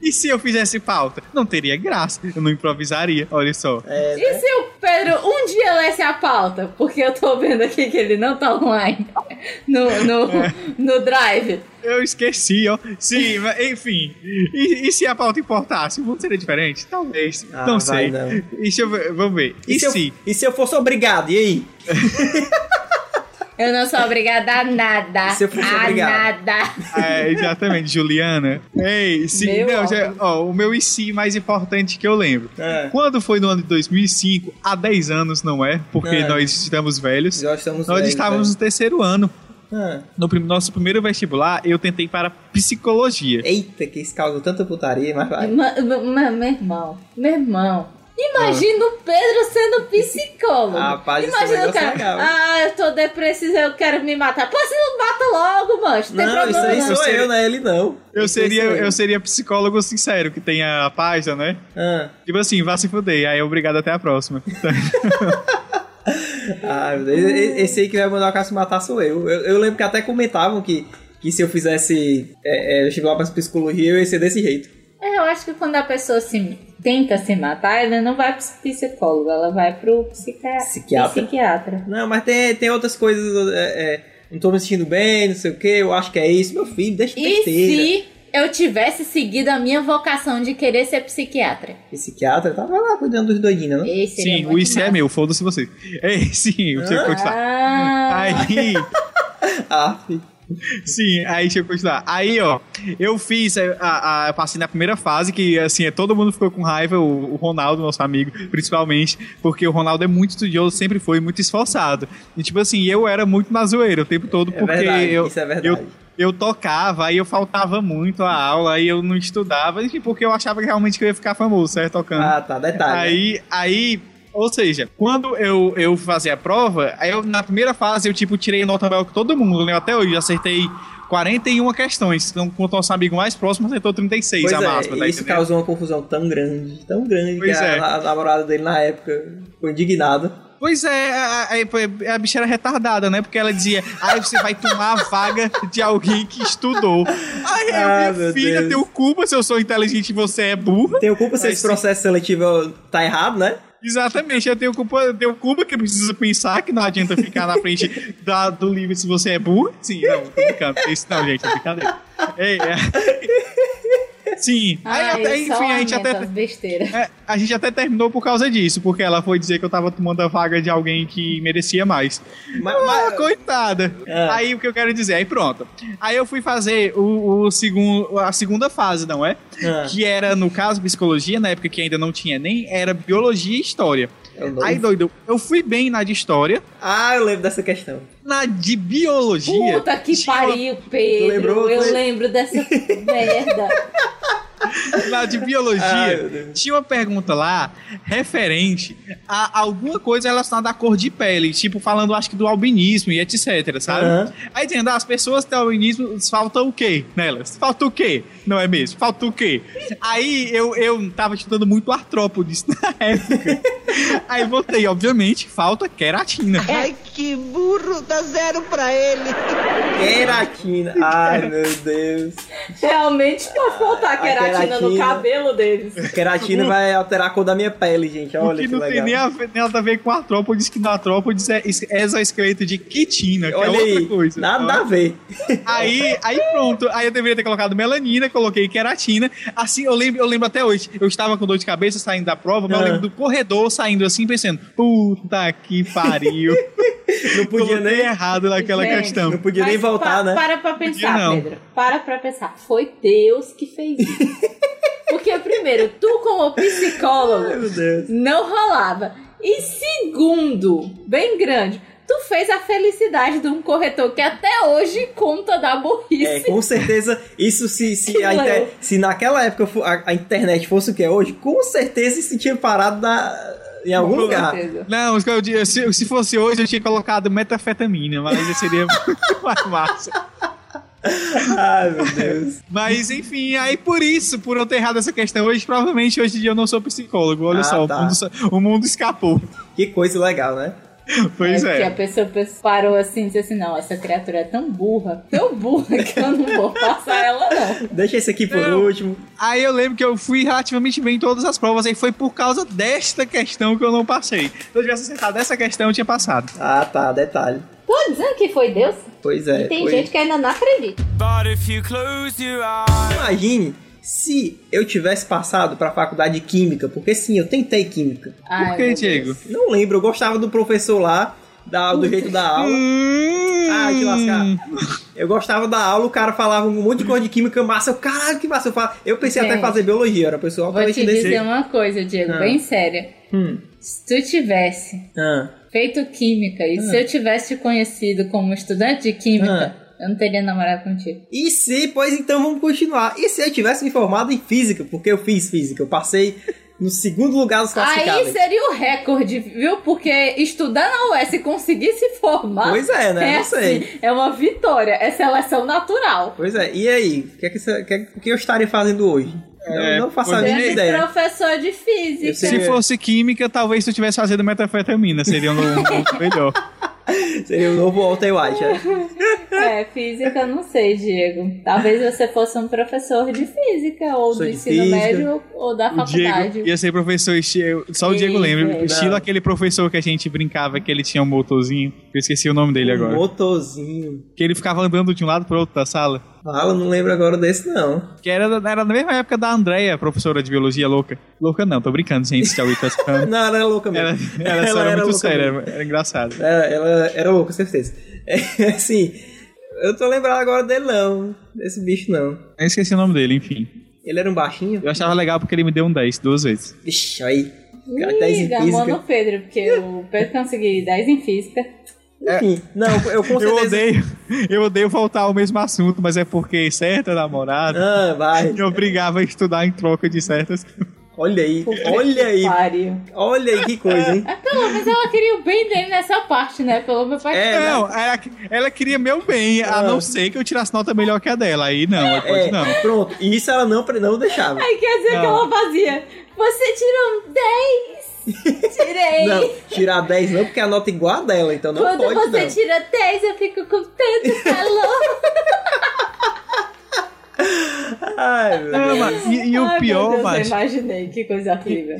Speaker 3: E se eu fizesse pauta? Não teria graça. Eu não improvisaria, olha só.
Speaker 2: É,
Speaker 1: E se o Pedro um dia lesse a pauta? Porque eu tô vendo aqui que ele não tá online no, no,
Speaker 2: É.
Speaker 1: no drive.
Speaker 3: Eu esqueci, ó. Se, enfim. E, e se a pauta importasse? O mundo seria diferente? Talvez.
Speaker 2: Ah,
Speaker 3: não
Speaker 2: vai
Speaker 3: sei.
Speaker 2: não.
Speaker 3: E se eu, vamos ver. E,
Speaker 2: se eu-
Speaker 3: se?
Speaker 2: e se eu fosse obrigado? E aí?
Speaker 1: Eu não sou obrigada a nada.
Speaker 2: Se eu fosse
Speaker 1: a
Speaker 2: obrigado.
Speaker 1: nada.
Speaker 3: É, exatamente, Juliana. Ei, se,
Speaker 1: Meu
Speaker 3: não, já-
Speaker 1: amor.
Speaker 3: ó, o meu e se mais importante que eu lembro.
Speaker 2: É.
Speaker 3: Quando foi no ano de 2005, há 10 anos, não é? Porque
Speaker 2: É.
Speaker 3: nós estamos velhos.
Speaker 2: Já estamos
Speaker 3: Nós
Speaker 2: velhos,
Speaker 3: estávamos no terceiro ano.
Speaker 2: né? Ah,
Speaker 3: No prim- nosso primeiro vestibular, eu tentei para psicologia.
Speaker 2: Eita, que isso causou tanta putaria, mas vai.
Speaker 1: Ma- ma- meu irmão, meu irmão. Imagina o Pedro sendo psicólogo.
Speaker 2: Rapaz, isso é um
Speaker 1: Imagina o
Speaker 2: negócio
Speaker 1: cara.
Speaker 2: legal.
Speaker 1: Ah, eu tô depressivo, eu quero me matar. Pô, você não mata logo, mano. Não tem
Speaker 2: Não, isso
Speaker 1: problema.
Speaker 2: aí
Speaker 1: não.
Speaker 2: sou
Speaker 3: seria-
Speaker 2: eu, né? Ele não.
Speaker 3: Eu
Speaker 2: Isso aí
Speaker 3: seria,
Speaker 2: sou
Speaker 3: eu seria psicólogo sincero, que tem a página, né?
Speaker 2: Ah,
Speaker 3: Tipo assim, vá se fuder, aí obrigado até a próxima.
Speaker 2: ah, meu Deus. E- e- Esse aí que vai mandar o cara se matar sou eu. eu. eu lembro que até comentavam que, que se eu fizesse é, é, vestibular pra psicologia, eu ia ser desse jeito.
Speaker 1: É, Eu acho que quando a pessoa se tenta se matar, ela não vai pro psicólogo, ela vai pro psica...
Speaker 2: Psiquiatra.
Speaker 1: psiquiatra.
Speaker 2: Não, mas tem, tem outras coisas. é, é, não tô me sentindo bem, não sei o que, eu acho que é isso. Meu filho, deixa de
Speaker 1: E
Speaker 2: besteira.
Speaker 1: se eu tivesse seguido a minha vocação de querer ser psiquiatra?
Speaker 2: Psiquiatra tava lá cuidando dos doidinhos, né?
Speaker 1: Esse seria
Speaker 3: sim, o
Speaker 1: muito
Speaker 3: IC é
Speaker 1: massa.
Speaker 3: meu, foda-se você. Ei, sim, deixa eu continuar.
Speaker 1: Ah,
Speaker 3: Aí,
Speaker 2: Ah, filho.
Speaker 3: sim, aí deixa eu continuar. Aí, ó, eu fiz, a, a- a- passei na primeira fase, que assim, é, todo mundo ficou com raiva, o, o Ronaldo, nosso amigo, principalmente, porque o Ronaldo é muito estudioso, sempre foi muito esforçado. E tipo assim, eu era muito na zoeira o tempo todo,
Speaker 2: É
Speaker 3: porque
Speaker 2: verdade,
Speaker 3: eu,
Speaker 2: isso é verdade.
Speaker 3: eu, eu tocava, aí eu faltava muito a aula, aí eu não estudava, enfim, porque eu achava que realmente que eu ia ficar famoso, certo? Tocando.
Speaker 2: Ah, tá, detalhe.
Speaker 3: Aí, aí, ou seja, quando eu, eu fazia a prova, aí eu, na primeira fase eu, tipo, tirei nota maior que todo mundo, né? Até hoje, eu acertei 41 questões. Então, com o nosso amigo mais próximo, acertou 36
Speaker 2: Pois
Speaker 3: a
Speaker 2: é,
Speaker 3: máxima, tá
Speaker 2: isso
Speaker 3: entendendo?
Speaker 2: causou uma confusão tão grande, tão grande,
Speaker 3: Pois
Speaker 2: que a-
Speaker 3: é.
Speaker 2: a, namorada dele na época ficou indignada.
Speaker 3: Pois é, a, a- a bicha era retardada, né? Porque ela dizia, aí você vai tomar a vaga de alguém que estudou. Ai, eu,
Speaker 2: Ah,
Speaker 3: minha
Speaker 2: meu
Speaker 3: filha,
Speaker 2: Deus.
Speaker 3: teu culpa se eu sou inteligente e você é burra.
Speaker 2: Tenho culpa se
Speaker 3: Mas
Speaker 2: esse
Speaker 3: sim.
Speaker 2: processo seletivo tá errado, né?
Speaker 3: Exatamente, eu tenho culpa, eu tenho culpa que precisa pensar que não adianta ficar na frente da- do livro se você é burro. Sim, não, tô brincando. Isso não, gente, é brincadeira. Ei, é. Sim, aí,
Speaker 1: Ai,
Speaker 3: até,
Speaker 1: eu só
Speaker 3: enfim, a gente
Speaker 1: lamento
Speaker 3: até,
Speaker 1: as besteiras.
Speaker 3: é, a gente até terminou por causa disso, porque ela foi dizer que eu tava tomando a vaga de alguém que merecia mais.
Speaker 2: Mas,
Speaker 3: Ah,
Speaker 2: mas-
Speaker 3: coitada.
Speaker 2: É.
Speaker 3: Aí o que eu quero dizer, aí pronto. Aí eu fui fazer o, o segundo, a segunda fase, não é?
Speaker 2: Ah,
Speaker 3: Que era, no caso, psicologia, na época que ainda não tinha nem, era biologia e história.
Speaker 2: é o nome.
Speaker 3: Aí, doido, eu fui bem na de história,
Speaker 2: Ah, eu lembro dessa questão.
Speaker 3: na de biologia.
Speaker 1: Puta que
Speaker 3: tinha uma-
Speaker 1: pariu, Pedro.
Speaker 2: Tu lembrou?
Speaker 1: eu
Speaker 2: Tu lem-
Speaker 1: lembro dessa merda.
Speaker 3: na de
Speaker 2: Ai,
Speaker 3: biologia,
Speaker 2: Ah, meu Deus.
Speaker 3: tinha uma pergunta lá referente a alguma coisa relacionada à cor de pele, tipo falando, acho que do albinismo e etc, sabe?
Speaker 2: Aham.
Speaker 3: Aí dizendo, ah, as pessoas que têm albinismo, falta o quê nelas? Falta o quê? Não é mesmo? Falta o quê? Aí eu, eu tava estudando muito artrópodes na época. Aí voltei, obviamente, falta queratina.
Speaker 1: É
Speaker 6: Ai, que burro! Dá zero pra ele!
Speaker 2: Queratina. Ai, meu Deus.
Speaker 1: Realmente pode faltar queratina no
Speaker 2: queratina.
Speaker 1: cabelo deles.
Speaker 2: Queratina vai alterar a cor da minha pele, gente.
Speaker 3: O
Speaker 2: É, Olha
Speaker 3: que
Speaker 2: que
Speaker 3: não tem nem,
Speaker 2: legal.
Speaker 3: a, ver- nada a ver com artrópodes, que na artrópodes é es- exoesqueleto de quitina, que é
Speaker 2: Olha
Speaker 3: outra
Speaker 2: aí,
Speaker 3: coisa.
Speaker 2: nada a ver.
Speaker 3: Aí, aí pronto, aí eu deveria ter colocado melanina, coloquei queratina. Assim, eu lembro, eu lembro até hoje, eu estava com dor de cabeça saindo da prova, mas
Speaker 2: Ah.
Speaker 3: eu lembro do corredor saindo assim, pensando, puta que pariu.
Speaker 2: Não podia
Speaker 3: Coloquei
Speaker 2: nem,
Speaker 3: errado naquela
Speaker 1: Gente.
Speaker 3: questão.
Speaker 2: não podia nem
Speaker 1: Mas
Speaker 2: voltar,
Speaker 1: pa-
Speaker 2: né?
Speaker 1: Para pra pensar,
Speaker 3: não.
Speaker 1: Pedro. Para pra pensar. Foi Deus que fez isso. Porque, primeiro, tu como
Speaker 2: Ai,
Speaker 1: psicólogo
Speaker 2: meu Deus.
Speaker 1: não rolava. E segundo, bem grande, tu fez a felicidade de um corretor que até hoje conta da
Speaker 2: É,
Speaker 1: burrice.
Speaker 2: com certeza, isso se, se,
Speaker 1: Que
Speaker 2: a inter-
Speaker 1: leu.
Speaker 2: se naquela época fo- a, a internet fosse o que é hoje, com certeza isso tinha parado na, em algum
Speaker 1: Com
Speaker 2: lugar.
Speaker 1: certeza.
Speaker 3: Não, os que eu di- se, se fosse hoje eu tinha colocado metafetamina, mas aí seria muito mais massa.
Speaker 2: Ai, meu Deus.
Speaker 3: Mas enfim, aí por isso, por eu ter errado essa questão hoje, provavelmente hoje em dia eu não sou psicólogo. Olha
Speaker 2: Ah,
Speaker 3: só,
Speaker 2: tá.
Speaker 3: o, mundo, só- o mundo escapou.
Speaker 2: Que coisa legal, né?
Speaker 3: Pois
Speaker 1: É,
Speaker 3: é.
Speaker 1: Que a pessoa pens- parou assim e disse assim: não, essa criatura é tão burra, tão burra que eu não vou passar ela, não.
Speaker 2: Deixa esse aqui por
Speaker 3: Não.
Speaker 2: último.
Speaker 3: Aí eu lembro que eu fui relativamente bem em todas as provas, aí foi por causa desta questão que eu não passei. Se eu tivesse acertado essa questão, eu tinha passado.
Speaker 2: Ah, tá, detalhe.
Speaker 1: Tô dizendo que foi Deus.
Speaker 2: Pois é.
Speaker 1: e tem
Speaker 2: foi-
Speaker 1: gente que ainda não acredita.
Speaker 7: But if you close your eyes,
Speaker 2: Imagine se eu tivesse passado pra faculdade de química, porque sim, eu tentei química.
Speaker 1: Ai,
Speaker 3: por que,
Speaker 1: meu Deus.
Speaker 3: Diego?
Speaker 2: Não lembro, eu gostava do professor lá, da- do jeito da aula.
Speaker 3: Hum,
Speaker 2: Ah, que lascar.
Speaker 1: Hum.
Speaker 2: Eu gostava da aula, o cara falava um monte de coisa de química massa. Eu, caralho, que massa. Eu, fa- eu pensei até em
Speaker 1: Gente.
Speaker 2: fazer biologia, era pessoal
Speaker 1: Vou te
Speaker 2: altamente desse
Speaker 1: dizer
Speaker 2: jeito.
Speaker 1: uma coisa, Diego,
Speaker 2: Ah.
Speaker 1: bem séria.
Speaker 2: Hum.
Speaker 1: Se tu tivesse
Speaker 2: Ah,
Speaker 1: feito química e se eu tivesse te conhecido como estudante de química,
Speaker 2: Ah.
Speaker 1: eu não teria namorado contigo.
Speaker 2: E se, pois então vamos continuar. E se eu tivesse me formado em física? Porque eu fiz física, eu passei no segundo lugar dos
Speaker 1: Aí
Speaker 2: classificados.
Speaker 1: seria o recorde, viu? Porque estudar na US e conseguir se formar
Speaker 2: Pois é, né?
Speaker 1: é,
Speaker 2: Não sei.
Speaker 1: assim, é uma vitória, é seleção natural.
Speaker 2: Pois é, e aí? O que, é que, você- o que é que eu estaria fazendo hoje?
Speaker 3: É,
Speaker 2: não, não faço a
Speaker 3: pois
Speaker 2: mínima
Speaker 3: é.
Speaker 2: ideia.
Speaker 1: Professor de física.
Speaker 2: Eu sei.
Speaker 3: Se fosse química, talvez se eu tivesse fazendo metafetamina, seria um um melhor.
Speaker 2: Seria o novo Walter White. né?
Speaker 1: É, física, eu não sei, Diego. Talvez você fosse um professor de física, ou
Speaker 2: Sou
Speaker 1: do
Speaker 2: de
Speaker 1: ensino
Speaker 2: física.
Speaker 1: médio, ou da
Speaker 3: O
Speaker 1: faculdade.
Speaker 3: Diego ia ser professor estilo. Só o Diego
Speaker 1: Sim,
Speaker 3: lembra.
Speaker 1: sim.
Speaker 3: Estilo
Speaker 2: Não.
Speaker 3: aquele professor que a gente brincava que ele tinha um motorzinho. Eu esqueci o nome
Speaker 1: Um
Speaker 3: dele agora.
Speaker 2: Motorzinho.
Speaker 3: Que ele ficava andando de um lado pro outro da sala.
Speaker 2: Fala, não lembro agora desse, não.
Speaker 3: Que era, era na mesma época da Andrea, professora de biologia louca. Louca não, tô brincando, gente. Se alguém tá escutando.
Speaker 2: Não, ela era louca
Speaker 3: Era,
Speaker 2: mesmo.
Speaker 3: era, só era muito
Speaker 2: louca
Speaker 3: séria,
Speaker 2: mesmo.
Speaker 3: era, era engraçado.
Speaker 2: Era, ela era louca, com certeza. É, assim, eu tô lembrado agora dele, não. Desse bicho, não.
Speaker 3: Eu esqueci o nome dele, enfim.
Speaker 2: Ele era um baixinho?
Speaker 3: Eu achava legal porque ele me deu um 10 duas vezes.
Speaker 2: Vixe, aí. Cara, 10 é em
Speaker 1: Ih, gamou no
Speaker 2: física.
Speaker 1: Pedro, porque o Pedro conseguiu 10 em física.
Speaker 2: Enfim, não, eu com
Speaker 3: É.
Speaker 2: certeza...
Speaker 3: Eu odeio, eu odeio voltar ao mesmo assunto, mas é porque certa namorada
Speaker 2: Ah, vai.
Speaker 3: me obrigava a estudar em troca de certas.
Speaker 2: Olha aí,
Speaker 1: Puta que
Speaker 2: olha aí.
Speaker 1: Pariu.
Speaker 2: Olha aí que coisa, hein?
Speaker 1: Pelo menos ela queria o bem dele nessa parte, né? Pelo meu pai.
Speaker 2: É,
Speaker 3: não, ela, ela queria meu bem, a
Speaker 2: Ah.
Speaker 3: não ser que eu tirasse nota melhor que a dela. Aí não, aí pode
Speaker 2: É,
Speaker 3: não.
Speaker 2: pronto. E isso ela não, não deixava.
Speaker 1: Aí quer dizer que
Speaker 3: Não.
Speaker 1: ela fazia. Você tirou um 10! Tirei!
Speaker 2: Não, tirar 10 não, porque a nota é igual a dela, então não
Speaker 1: Quando
Speaker 2: pode
Speaker 1: você
Speaker 2: não.
Speaker 1: tira 10, eu fico com tanto calor.
Speaker 2: Ai, meu é Deus.
Speaker 3: Não, mas- e, e
Speaker 1: Ai,
Speaker 3: o
Speaker 1: meu
Speaker 3: pior,
Speaker 1: Deus, Eu
Speaker 3: mas,
Speaker 1: imaginei, que coisa horrível.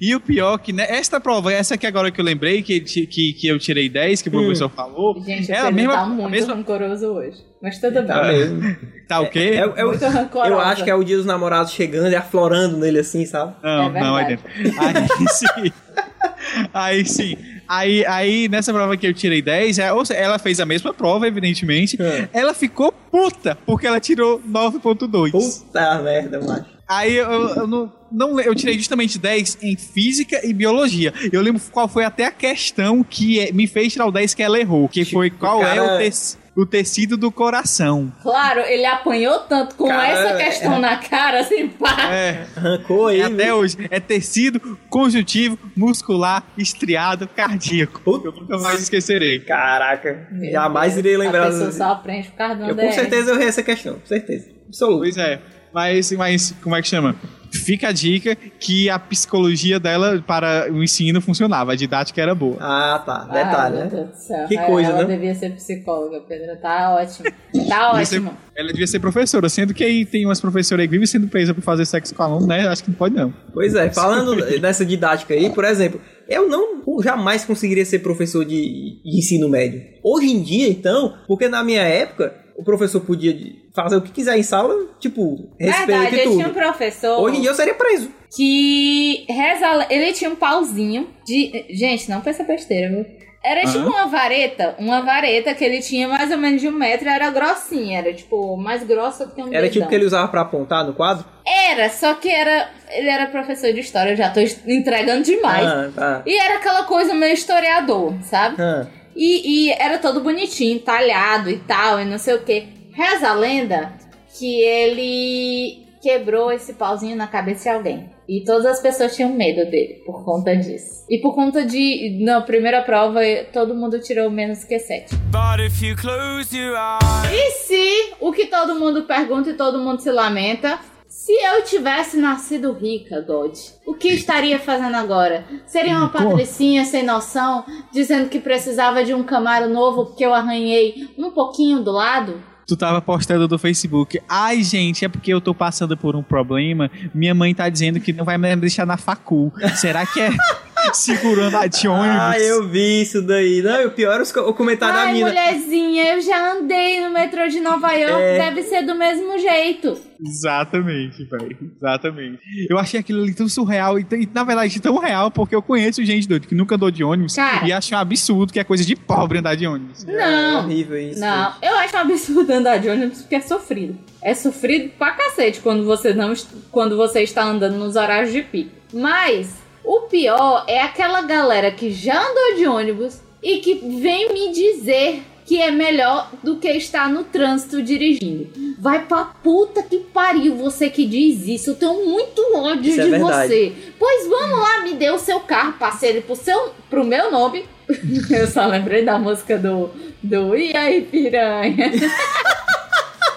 Speaker 3: e o pior que né, esta prova, essa aqui agora que eu lembrei, que, ti- que, que eu tirei 10,
Speaker 2: Hum.
Speaker 3: que o professor falou,
Speaker 1: Gente,
Speaker 3: é
Speaker 1: o
Speaker 3: a
Speaker 1: Pedro
Speaker 3: mesma,
Speaker 1: tá
Speaker 3: a
Speaker 1: muito
Speaker 3: mesma.
Speaker 1: rancoroso hoje. Mas tudo bem.
Speaker 2: Tá mesmo.
Speaker 3: Tá o quê?
Speaker 2: É, é o-
Speaker 1: Muito rancorosa.
Speaker 2: eu acho que é o dia dos namorados chegando e aflorando nele assim, sabe?
Speaker 3: Não,
Speaker 1: É
Speaker 3: não, aí
Speaker 1: verdade.
Speaker 3: dentro. Aí sim. Aí sim. Aí, aí nessa prova que eu tirei 10, é- ou seja, ela fez a mesma prova, evidentemente.
Speaker 2: É.
Speaker 3: Ela ficou puta, porque ela tirou 9.2.
Speaker 2: Puta merda, macho.
Speaker 3: Aí eu, eu não, não le- eu tirei justamente 10 em física e biologia. Eu lembro qual foi até a questão que é- me fez tirar o 10 que ela errou, que foi qual é o,
Speaker 2: cara-
Speaker 3: tec- o tecido do coração.
Speaker 1: Claro, ele apanhou tanto com
Speaker 2: Cara, é.
Speaker 1: essa questão na cara, assim, pá.
Speaker 3: É,
Speaker 8: Arrancou aí.
Speaker 3: e até hoje é tecido conjuntivo, muscular, estriado, cardíaco.
Speaker 2: Puta.
Speaker 3: Eu nunca mais esquecerei.
Speaker 2: Caraca,
Speaker 1: Meu
Speaker 2: jamais
Speaker 1: Deus,
Speaker 2: irei
Speaker 1: A
Speaker 2: lembrar.
Speaker 1: pessoa só aprende por causa do
Speaker 2: Eu
Speaker 1: DR.
Speaker 2: com certeza eu errei essa questão, com certeza. Absoluto.
Speaker 3: Pois é. Mas, mas como é que chama? Fica a dica que a psicologia dela para o ensino funcionava, a didática era boa.
Speaker 2: Ah, tá.
Speaker 1: Ah,
Speaker 2: Detalhe,
Speaker 1: meu
Speaker 2: né?
Speaker 1: Deus do céu.
Speaker 2: Que
Speaker 1: Ah,
Speaker 2: coisa,
Speaker 1: Ela
Speaker 2: né?
Speaker 1: devia ser psicóloga, Pedro. Tá ótimo. Tá
Speaker 3: Você-
Speaker 1: ótimo.
Speaker 3: Ela devia ser professora, sendo que aí tem umas professoras aí que vivem sendo presas por fazer sexo com aluno, né? Acho que não pode não.
Speaker 2: Pois é, falando dessa didática aí, por exemplo, eu não jamais conseguiria ser professor de, de ensino médio. Hoje em dia, então, porque na minha época, o professor podia de- fazer o que quiser em sala, tipo, respeito
Speaker 1: Verdade,
Speaker 2: e
Speaker 1: eu tinha um
Speaker 2: tudo.
Speaker 1: professor
Speaker 2: Hoje em dia eu seria preso.
Speaker 1: que reza. Ele tinha um pauzinho de. Gente, não pensa besteira, viu? Era
Speaker 3: Aham.
Speaker 1: tipo uma vareta, uma vareta que ele tinha mais ou menos de um metro, era grossinha, era tipo mais grossa do que um
Speaker 2: Era
Speaker 1: dedão.
Speaker 2: tipo que ele usava pra apontar no quadro.
Speaker 1: Era, só que era. Ele era professor de história, eu já tô es- entregando demais.
Speaker 2: Ah, tá.
Speaker 1: E era aquela coisa meio historiador, sabe?
Speaker 2: Ah,
Speaker 1: E, e era todo bonitinho, talhado e tal, e não sei o que. Reza a lenda que ele quebrou esse pauzinho na cabeça de alguém. E todas as pessoas tinham medo dele por conta disso. E por conta de. Na primeira prova, todo mundo tirou menos que 7.
Speaker 9: But if you close your eyes,
Speaker 1: E se o que todo mundo pergunta e todo mundo se lamenta? Se eu tivesse nascido rica, God, o que estaria fazendo agora? Seria uma
Speaker 3: Como?
Speaker 1: patricinha sem noção, dizendo que precisava de um camaro novo porque eu arranhei um pouquinho do lado?
Speaker 3: Tu tava postando do Facebook. Ai, gente, é porque eu tô passando por um problema. Minha mãe tá dizendo que não vai me deixar na facul. Será que é segurando a de ônibus?
Speaker 2: Ah, eu vi isso daí. Não, e o pior é os co- o comentário da
Speaker 1: Ai,
Speaker 2: mina.
Speaker 1: mulherzinha, eu já andei no metrô de Nova York,
Speaker 2: É.
Speaker 1: deve ser do mesmo jeito.
Speaker 3: Exatamente, velho. Exatamente. Eu achei aquilo ali tão surreal e, tão- e, na verdade, tão real, porque eu conheço gente doido que nunca andou de ônibus
Speaker 1: Cara.
Speaker 3: e acha um absurdo que é coisa de pobre andar de ônibus.
Speaker 2: É
Speaker 1: Não,
Speaker 2: horrível isso.
Speaker 1: Não, eu acho um absurdo andar de ônibus porque é sofrido. É sofrido pra cacete quando você, não, est- quando você está andando nos horários de pico. Mas o pior é aquela galera que já andou de ônibus e que vem me dizer que é melhor do que estar no trânsito dirigindo. Vai pra puta que pariu você que diz isso. Eu tenho muito ódio
Speaker 2: Isso é
Speaker 1: de
Speaker 2: verdade.
Speaker 1: você. Pois vamos lá, me dê o seu carro, passei ele pro, seu, pro meu nome. Eu só lembrei da música do, do E aí, piranha?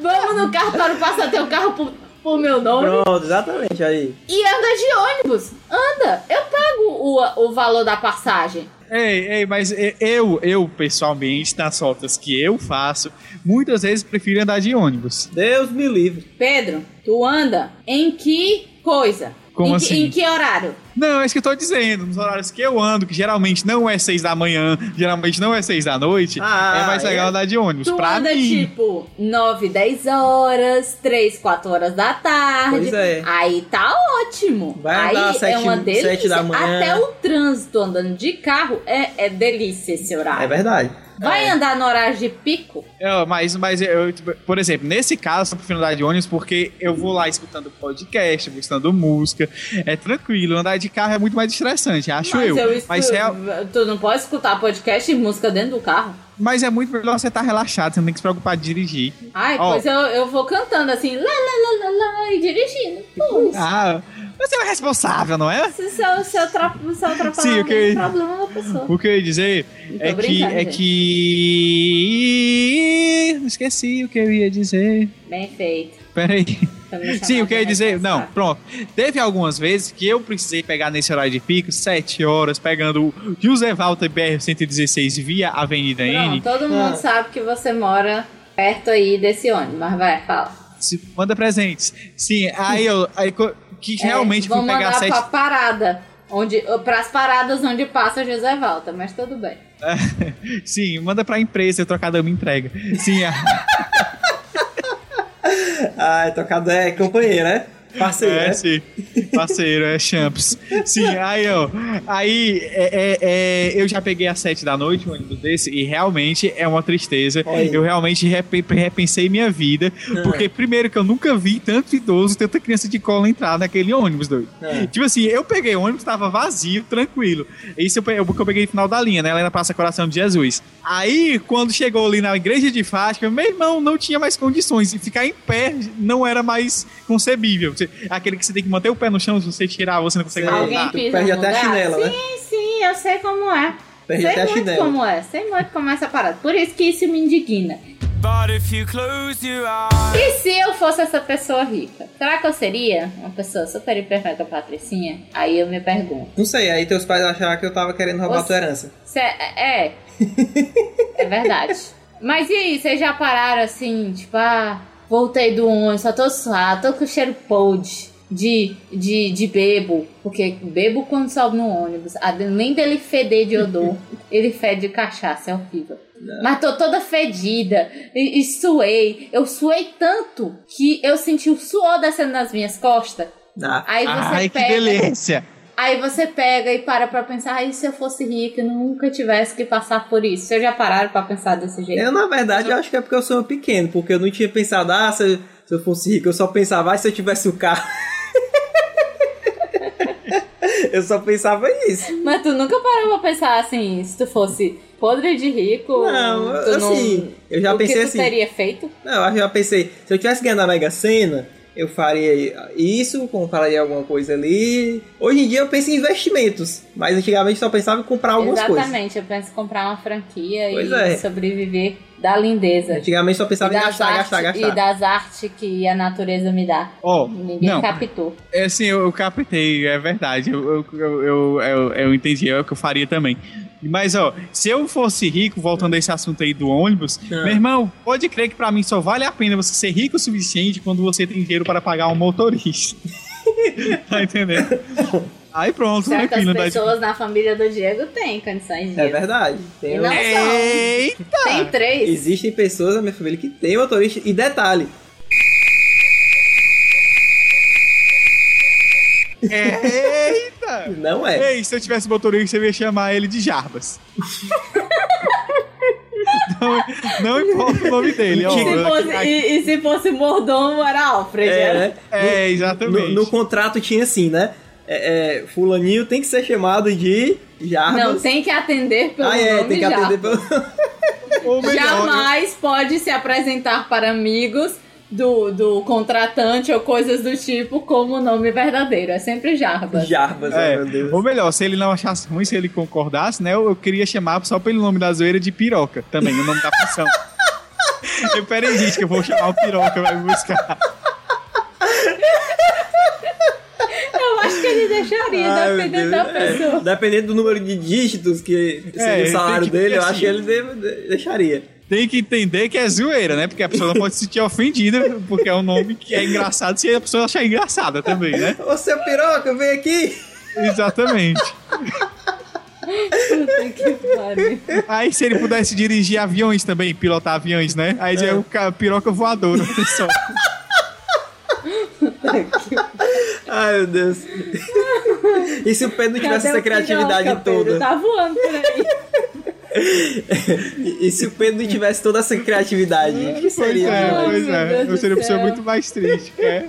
Speaker 1: Vamos no carro para passar teu carro pro, pro meu nome.
Speaker 2: Pronto, exatamente aí.
Speaker 1: E anda de ônibus. Anda. Eu pago o, o valor da passagem.
Speaker 3: Ei, ei, mas e- eu, eu pessoalmente, nas rotas que eu faço, muitas vezes prefiro andar de ônibus.
Speaker 2: Deus me livre.
Speaker 1: Pedro, tu anda em que coisa?
Speaker 3: Como
Speaker 1: em, que-
Speaker 3: assim?
Speaker 1: em que horário?
Speaker 3: Não, é isso que eu tô dizendo. Nos horários que eu ando, que geralmente não é seis da manhã, geralmente não é seis da noite,
Speaker 2: Ah,
Speaker 3: é mais legal
Speaker 2: é?
Speaker 3: andar de ônibus.
Speaker 1: Tu
Speaker 3: pra
Speaker 1: anda
Speaker 3: mim.
Speaker 1: tipo 9, 10 horas, 3, 4 horas da tarde.
Speaker 2: Pois é.
Speaker 1: Aí tá ótimo.
Speaker 2: Vai
Speaker 1: Aí
Speaker 2: andar às
Speaker 1: é
Speaker 2: sete-
Speaker 1: uma delícia.
Speaker 2: sete da manhã.
Speaker 1: Até o trânsito andando de carro é, é delícia esse
Speaker 2: É
Speaker 1: horário.
Speaker 2: verdade.
Speaker 1: Vai andar no horário de pico?
Speaker 3: É, mas, mas eu, tipo, por exemplo, nesse caso, eu prefiro andar de ônibus porque eu vou lá escutando podcast, vou escutando música, é tranquilo. Andar de carro é muito mais estressante, acho
Speaker 1: mas
Speaker 3: eu.
Speaker 1: escu-
Speaker 3: mas, é,
Speaker 1: tu não pode escutar podcast e música dentro do carro.
Speaker 3: mas é muito melhor você estar relaxado, você não tem que se preocupar de dirigir.
Speaker 1: Ai,
Speaker 3: Ó.
Speaker 1: pois eu, eu vou cantando assim, lá, lá, lá, lá, lá, e dirigindo. Pô,
Speaker 3: Ah, você é o responsável, não é?
Speaker 1: se eu, se eu, tra- se eu atrapalhar
Speaker 3: Sim, o que-
Speaker 1: alguém, problema da pessoa.
Speaker 3: O que eu ia dizer
Speaker 1: Tô
Speaker 3: é que,
Speaker 1: brincando,
Speaker 3: é
Speaker 1: gente.
Speaker 3: que. Esqueci o que eu ia dizer.
Speaker 1: Bem feito.
Speaker 3: Peraí.
Speaker 1: Pra me
Speaker 3: Sim,
Speaker 1: chamar
Speaker 3: o que eu
Speaker 1: de
Speaker 3: ia dizer? Não,
Speaker 1: responsável.
Speaker 3: pronto. Teve algumas vezes que eu precisei pegar nesse horário de pico, 7 horas, pegando o José Walter BR-116 via Avenida
Speaker 1: Pronto,
Speaker 3: N.
Speaker 1: todo
Speaker 2: Ah.
Speaker 1: mundo sabe que você mora perto aí desse ônibus, mas vai, fala.
Speaker 3: Se- manda presentes. Sim, aí eu. Aí, co- que
Speaker 1: É,
Speaker 3: realmente fui
Speaker 1: vão
Speaker 3: pegar
Speaker 1: mandar
Speaker 3: 7.
Speaker 1: pra parada, onde, pras paradas onde passa José Valta, mas tudo bem.
Speaker 3: Sim, manda pra empresa, eu trocadão me entrega. Sim, a-
Speaker 2: Ai, tocado é companheiro, né? Parceiro,
Speaker 3: é,
Speaker 2: né?
Speaker 3: sim. Parceiro, é champs. Sim, aí, ó. Aí, é, é, é, eu já peguei às sete da noite um ônibus desse e realmente é uma tristeza.
Speaker 2: Olha aí. É.
Speaker 3: Eu realmente repe- repensei minha vida, porque primeiro que eu nunca vi tanto idoso, tanta criança de cola entrar naquele ônibus, doido.
Speaker 2: É.
Speaker 3: Tipo assim, eu peguei o ônibus, tava vazio, tranquilo. Isso eu, pe- eu, porque eu peguei no final da linha, né? Lá na Praça Coração de Jesus. Aí, quando chegou ali na igreja de Fátima, meu irmão não tinha mais condições. E ficar em pé não era mais concebível. Você- aquele que você tem que manter o pé no chão, se você tirar, você não consegue
Speaker 2: Sei.
Speaker 3: levantar.
Speaker 1: Alguém
Speaker 2: tu
Speaker 1: pisa
Speaker 2: perde
Speaker 1: no
Speaker 2: até a
Speaker 1: lugar?
Speaker 2: chinela, né?
Speaker 1: Sim, sim, eu sei como é.
Speaker 2: Perde
Speaker 1: sei
Speaker 2: até a
Speaker 1: muito
Speaker 2: chinela.
Speaker 1: como é, sei muito como é essa parada. Por isso que isso me indigna.
Speaker 9: But if you close your eyes,
Speaker 1: E se eu fosse essa pessoa rica? Será que eu seria uma pessoa super hiper mega patricinha? Aí eu me pergunto.
Speaker 2: Não sei, aí teus pais acharam que eu tava querendo roubar
Speaker 1: Você-
Speaker 2: tua herança.
Speaker 1: Cê- é. É, é verdade. Mas e aí, vocês já pararam assim, tipo, ah, voltei do ônibus, só tô suado, tô com cheiro podre. De, de, de bebo, porque bebo quando sobe no ônibus, além dele feder de odor, ele fede de cachaça, é horrível. Mas tô toda fedida e, e suei. Eu suei tanto que eu senti o suor descendo nas minhas costas.
Speaker 2: Ah,
Speaker 1: Aí você
Speaker 3: Ai, que
Speaker 1: pega.
Speaker 3: delícia!
Speaker 1: Aí você pega e para pra pensar, ai, se eu fosse rica, eu nunca tivesse que passar por isso. Vocês já pararam pra pensar desse jeito?
Speaker 2: Eu, na verdade, eu acho que é porque eu sou pequeno, porque eu não tinha pensado, ah, se eu, se eu fosse rico, eu só pensava, ah, se eu tivesse o carro. eu só pensava isso.
Speaker 1: Mas tu nunca parou pra pensar assim, se tu fosse podre de rico,
Speaker 2: Não,
Speaker 1: tu não-
Speaker 2: assim, eu já
Speaker 1: o
Speaker 2: pensei
Speaker 1: que tu
Speaker 2: assim.
Speaker 1: teria feito?
Speaker 2: Não, eu já pensei, se eu tivesse ganhado a Mega Sena, eu faria isso, compraria alguma coisa ali. Hoje em dia eu penso em investimentos, mas antigamente eu só pensava em comprar algumas coisas.
Speaker 1: Exatamente, eu penso em comprar uma franquia
Speaker 2: Pois
Speaker 1: e
Speaker 2: é.
Speaker 1: sobreviver da lindeza.
Speaker 2: Antigamente eu só pensava
Speaker 1: e
Speaker 2: em
Speaker 1: das
Speaker 2: gastar,
Speaker 1: artes-
Speaker 2: gastar, gastar,
Speaker 1: E das artes que a natureza me dá.
Speaker 3: Ó,
Speaker 1: Ninguém
Speaker 3: não,
Speaker 1: captou.
Speaker 3: É assim, eu, eu captei, é verdade. Eu, eu, eu, eu, eu- eu entendi, é o que eu faria também. Mas, ó, se eu fosse rico, voltando a esse assunto aí do ônibus,
Speaker 2: Ah.
Speaker 3: meu irmão, pode crer que pra mim só vale a pena você ser rico o suficiente quando você tem dinheiro para pagar um motorista. tá entendendo? Aí pronto,
Speaker 1: Certas
Speaker 3: tranquilo. dá é de-
Speaker 1: pessoas na família do Diego têm condições de
Speaker 2: É verdade.
Speaker 1: E
Speaker 2: Tem
Speaker 1: não são.
Speaker 3: Ei,
Speaker 1: Tem três.
Speaker 2: Existem pessoas na minha família que tem motorista. E detalhe,
Speaker 3: eita!
Speaker 2: não é.
Speaker 3: Ei, se eu tivesse motorista, eu ia chamar ele de Jarbas. não, não importa o nome dele,
Speaker 1: E
Speaker 3: ó.
Speaker 1: se, fosse,
Speaker 3: Aqui-
Speaker 1: e, e se fosse mordomo, era Alfred.
Speaker 2: É,
Speaker 1: era?
Speaker 2: né?
Speaker 3: É,
Speaker 2: No,
Speaker 3: exatamente.
Speaker 2: no contrato tinha assim, né? É, é, fulaninho tem que ser chamado de Jarbas.
Speaker 1: Não, tem que atender pelo
Speaker 2: ah, é,
Speaker 1: nome
Speaker 2: tem que
Speaker 1: já.
Speaker 2: atender pelo.
Speaker 3: Ou melhor,
Speaker 1: Jamais pode se apresentar para amigos do, do contratante ou coisas do tipo como o nome verdadeiro. É sempre Jarbas.
Speaker 2: Jarbas,
Speaker 3: É,
Speaker 2: oh, meu Deus.
Speaker 3: ou melhor, se ele não achasse ruim, se ele concordasse, né? Eu, eu queria chamar só pelo nome da zoeira de piroca também, o nome da função. Eu, peraí, gente, que eu vou chamar o piroca, vai me buscar.
Speaker 1: Eu acho que ele deixaria,
Speaker 2: Ai, meu
Speaker 1: dependendo
Speaker 2: Deus.
Speaker 1: da
Speaker 2: É,
Speaker 1: pessoa.
Speaker 2: dependendo do número de dígitos que seria
Speaker 3: ele
Speaker 2: o
Speaker 3: tem
Speaker 2: salário
Speaker 3: que-
Speaker 2: dele, eu
Speaker 3: assim-
Speaker 2: acho É, que ele deve- de- deixaria.
Speaker 3: Tem que entender que é zoeira, né? Porque a pessoa não pode se sentir ofendida, porque é um nome que é engraçado se a pessoa achar engraçada também, né?
Speaker 2: Ô seu piroca, vem aqui!
Speaker 3: Exatamente.
Speaker 1: Puta que pariu.
Speaker 3: Aí se ele pudesse dirigir aviões também, pilotar aviões, né? Aí é, o ca- piroca voadora, pessoal.
Speaker 2: Ai meu Deus. E se o Pedro não tivesse
Speaker 1: Cadê
Speaker 2: essa
Speaker 1: o
Speaker 2: criatividade
Speaker 1: piroca,
Speaker 2: toda?
Speaker 1: Pedro? Tá voando por aí.
Speaker 2: E, e se o Pedro não tivesse toda essa criatividade,
Speaker 1: Hum,
Speaker 2: o que
Speaker 3: Pois
Speaker 2: seria?
Speaker 3: é,
Speaker 1: Ai,
Speaker 3: pois
Speaker 1: meu
Speaker 3: é.
Speaker 1: Deus
Speaker 3: Eu
Speaker 1: do
Speaker 3: seria uma pessoa
Speaker 1: céu.
Speaker 3: muito mais triste, é.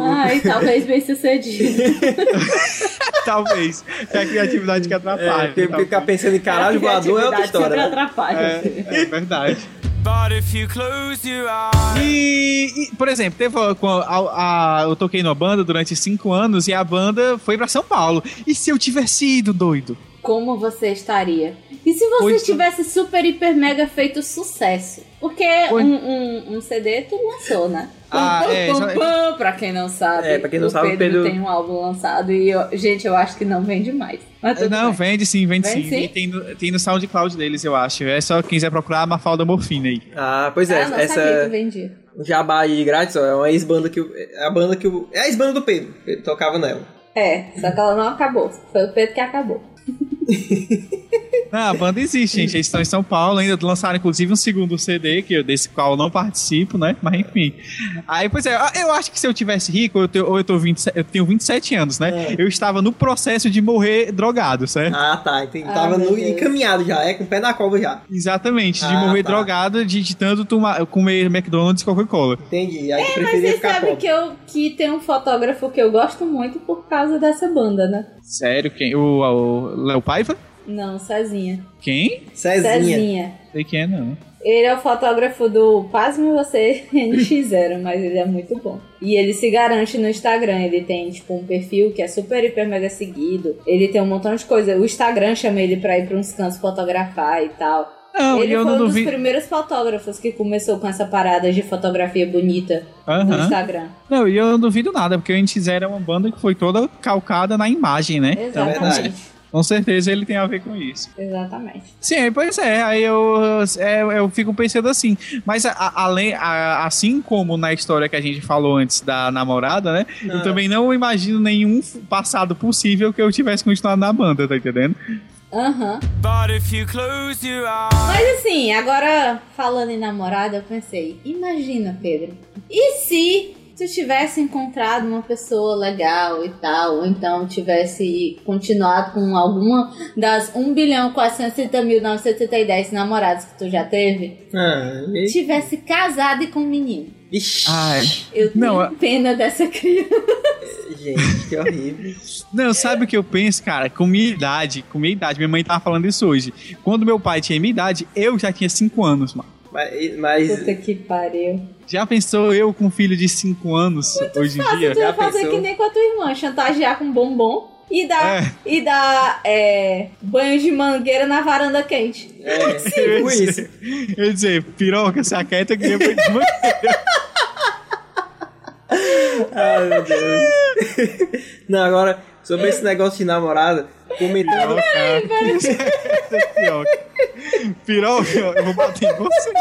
Speaker 1: Ai, talvez bem sucedido.
Speaker 3: Talvez. É a criatividade que atrapalha.
Speaker 2: É, porque
Speaker 3: talvez.
Speaker 2: ficar pensando em caralho voador é outra história.
Speaker 1: Sempre
Speaker 2: né?
Speaker 1: atrapalha.
Speaker 3: É, é verdade.
Speaker 9: but if you close your eyes,
Speaker 3: E, e, por exemplo, teve a- com a- a- eu toquei numa banda durante cinco anos e a banda foi pra São Paulo. E se eu tivesse ido, doido?
Speaker 1: como você estaria? E se você
Speaker 3: Pois é.
Speaker 1: tivesse super, hiper, mega feito sucesso? Porque
Speaker 3: Pois-
Speaker 1: um, um- um CD tu lançou, né?
Speaker 3: Ah, é, já-
Speaker 1: pam, pra quem não sabe.
Speaker 2: É, pra quem não
Speaker 1: o
Speaker 2: sabe, o
Speaker 1: Pedro,
Speaker 2: Pedro-
Speaker 1: tem um álbum lançado e, eu- gente, eu acho que não vende mais. Mas Tá tudo
Speaker 3: É, Não,
Speaker 1: bem.
Speaker 3: vende sim, vende,
Speaker 1: Vende
Speaker 3: sim.
Speaker 1: sim?
Speaker 3: E tem, no, tem no SoundCloud deles, eu acho. É só quem quiser procurar a Mafalda Morfina aí.
Speaker 2: Ah, pois é,
Speaker 1: Ah, não sabia que
Speaker 2: essa
Speaker 1: vendia.
Speaker 2: Jabá aí grátis ó, é uma ex-banda que. o- É a banda que. o- É a ex-banda do Pedro. Ele tocava nela.
Speaker 1: É, só que ela não acabou. Foi o Pedro que acabou.
Speaker 3: Não, Ah, a banda existe, gente. Eles estão em São Paulo ainda. Lançaram, inclusive, um segundo CD, que eu, desse qual eu não participo, né? Mas, enfim. Aí, pois é, eu acho que se eu tivesse rico, eu, te, ou eu, tô 20, eu tenho 27 anos,
Speaker 1: É.
Speaker 3: né? Eu estava no processo de morrer drogado, certo?
Speaker 2: Ah, tá, entendi.
Speaker 1: Ah,
Speaker 2: Tava
Speaker 1: meu
Speaker 2: no,
Speaker 1: Deus.
Speaker 2: encaminhado já, é com o pé na cova já.
Speaker 3: Exatamente, de
Speaker 2: Ah,
Speaker 3: morrer
Speaker 2: tá.
Speaker 3: drogado, de, de tanto tomar, comer McDonald's e Coca-Cola.
Speaker 2: Entendi. Aí tu
Speaker 1: É, Mas
Speaker 2: preferia
Speaker 1: vocês
Speaker 2: ficar
Speaker 1: sabem
Speaker 2: pobre.
Speaker 1: que, eu, que tem um fotógrafo que eu gosto muito por causa dessa banda, né?
Speaker 3: Sério, quem? O, o Léo Paiva?
Speaker 1: Não, Cezinha.
Speaker 3: Quem?
Speaker 2: Cezinha.
Speaker 3: Sei quem é, não.
Speaker 1: Ele é o fotógrafo do Pasme Você NX0, mas ele é muito bom. E ele se garante no Instagram. Ele tem, tipo, um perfil que é super, hiper, mega seguido. Ele tem um montão de coisa. O Instagram chama ele pra ir pra uns cantos fotografar e tal.
Speaker 3: Não, e
Speaker 1: ele
Speaker 3: eu
Speaker 1: foi
Speaker 3: não
Speaker 1: um dos
Speaker 3: duvido.
Speaker 1: primeiros fotógrafos que começou com essa parada de fotografia bonita no
Speaker 3: Aham.
Speaker 1: Instagram.
Speaker 3: Não, e eu não duvido nada, porque o NX0 é uma banda que foi toda calcada na imagem, né?
Speaker 1: Exatamente.
Speaker 3: Com certeza ele tem a ver com isso.
Speaker 1: Exatamente.
Speaker 3: Sim, aí, pois é, aí eu, é, eu fico pensando assim. Mas a- a- além, a- assim como na história que a gente falou antes da namorada, né?
Speaker 2: Ah.
Speaker 3: Eu também não imagino nenhum f- passado possível que eu tivesse continuado na banda, tá entendendo?
Speaker 1: Aham.
Speaker 9: But if you close your eyes,
Speaker 1: Mas assim, agora falando em namorada, eu pensei, imagina, Pedro, e se tu tivesse encontrado uma pessoa legal e tal, ou então tivesse continuado com alguma das 1 bilhão 430.910 namorados que tu já teve,
Speaker 2: Ah, e...
Speaker 1: tivesse casado e com um menino.
Speaker 2: Ixi,
Speaker 3: Ai.
Speaker 1: Eu tenho
Speaker 3: Não, é-
Speaker 1: pena dessa criança.
Speaker 2: gente, que horrível.
Speaker 3: Não, sabe o que eu penso, cara? Com minha idade, com minha idade, minha mãe tava falando isso hoje. Quando meu pai tinha minha idade, eu já tinha 5 anos, mano.
Speaker 2: Mas, mas
Speaker 1: Puta que pariu.
Speaker 3: Já pensou eu com um filho de 5 anos hoje em dia?
Speaker 1: Tu
Speaker 2: Já
Speaker 1: vai fazer
Speaker 2: pensou?
Speaker 1: que nem com a tua irmã, chantagear com bombom e dar,
Speaker 3: É.
Speaker 1: e dar é, banho de mangueira na varanda quente.
Speaker 2: é, tipo isso.
Speaker 3: Eu ia dizer, piroca, se aquieta que eu vou te mandar.
Speaker 2: Ai, meu Deus. Não, agora, sobre esse negócio de namorada, comentando.
Speaker 3: piroca. Piroca, eu vou bater em você.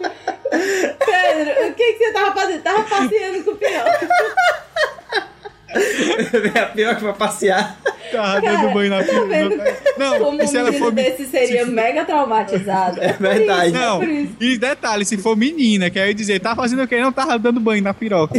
Speaker 1: Pedro, o que, que você tava fazendo? Tava passeando com o peão.
Speaker 2: é a pior que vai passear.
Speaker 3: Tá dando banho na
Speaker 1: tá vendo?
Speaker 3: piroca. Não,
Speaker 1: Como
Speaker 3: e se
Speaker 1: um
Speaker 3: ela
Speaker 1: menino
Speaker 3: for. me-
Speaker 1: desse seria mega traumatizado. É
Speaker 2: verdade.
Speaker 3: Não,
Speaker 1: Por isso.
Speaker 3: e detalhe, se for menina, quer eu dizer, tá fazendo o quê? Não, tava dando banho na piroca.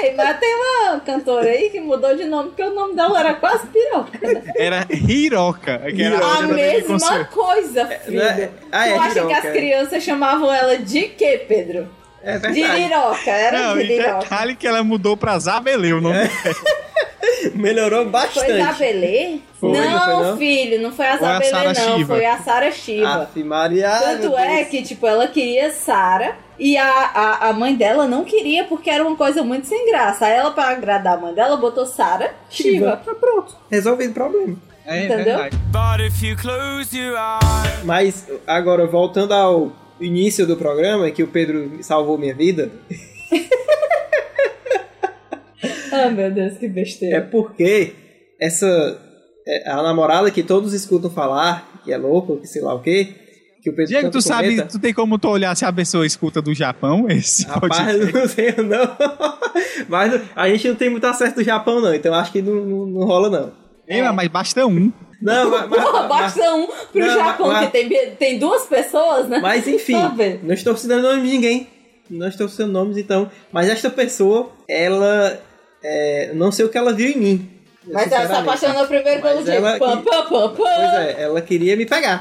Speaker 1: Ei, mas tem uma cantora aí que mudou de nome, porque o nome dela era quase piroca. né?
Speaker 3: Era Hiroca. é Que era
Speaker 1: A
Speaker 3: outra da Baby
Speaker 1: mesma
Speaker 3: Consuelo.
Speaker 1: coisa, filho.
Speaker 2: né? Ah,
Speaker 1: tu
Speaker 2: é,
Speaker 1: acha
Speaker 2: Jiroca,
Speaker 1: que
Speaker 2: é.
Speaker 1: as crianças chamavam ela de quê, Pedro?
Speaker 2: É
Speaker 1: De
Speaker 2: verdade.
Speaker 1: liroca, era
Speaker 3: Não,
Speaker 1: de
Speaker 3: e é
Speaker 1: liroca.
Speaker 3: detalhe que ela mudou pra Zabeleu, não
Speaker 2: Melhorou bastante.
Speaker 1: Foi Isabelê?
Speaker 2: Foi,
Speaker 1: não,
Speaker 2: não foi, não?
Speaker 1: filho, não foi a
Speaker 3: Ou é a
Speaker 1: Isabelê,
Speaker 3: Sara
Speaker 1: não.
Speaker 3: Shiva?
Speaker 1: Foi a Sara Shiva.
Speaker 2: Aff, Maria. ai,
Speaker 1: Tanto
Speaker 2: meu
Speaker 1: é
Speaker 2: Deus.
Speaker 1: que, tipo, ela queria Sara e a, a, a mãe dela não queria porque era uma coisa muito sem graça. Aí ela, pra agradar a mãe dela, botou Sara Shiva.
Speaker 2: Tá pronto. Resolvido o problema.
Speaker 3: É,
Speaker 1: Entendeu?
Speaker 3: verdade.
Speaker 9: but if you close your eyes,
Speaker 2: Mas, agora, voltando ao início do programa, que o Pedro salvou minha vida,
Speaker 1: Ah, meu Deus, que
Speaker 2: é
Speaker 1: besteira.
Speaker 2: porque essa. é, A namorada que todos escutam falar, que é louco, que sei lá o quê. Que o Pedro
Speaker 3: Diego,
Speaker 2: tanto
Speaker 3: tu sabe,
Speaker 2: comenta.
Speaker 3: tu tem como tu olhar se a pessoa escuta do Japão esse? podcast?
Speaker 2: Rapaz, eu não tenho não. Mas a gente não tem muito acesso do Japão, não. Então acho que não, não, não rola, não.
Speaker 3: Ei, mas basta um.
Speaker 2: Não, mas. mas-
Speaker 1: Porra, basta um pro
Speaker 2: Não,
Speaker 1: Japão,
Speaker 2: mas-
Speaker 1: que tem, tem duas pessoas, né?
Speaker 2: mas- mas, enfim,
Speaker 1: Tá bem.
Speaker 2: não estou citando nome de ninguém. Não estou citando nomes, então. Mas esta pessoa, ela. é, não sei o que ela viu em mim.
Speaker 1: Mas ela se
Speaker 2: sinceramente.
Speaker 1: apaixonou primeiro
Speaker 2: Mas
Speaker 1: pelo Diego.
Speaker 2: ela
Speaker 1: Pam,
Speaker 2: que-
Speaker 1: pam, pam, pam.
Speaker 2: Pois é, ela queria me pegar.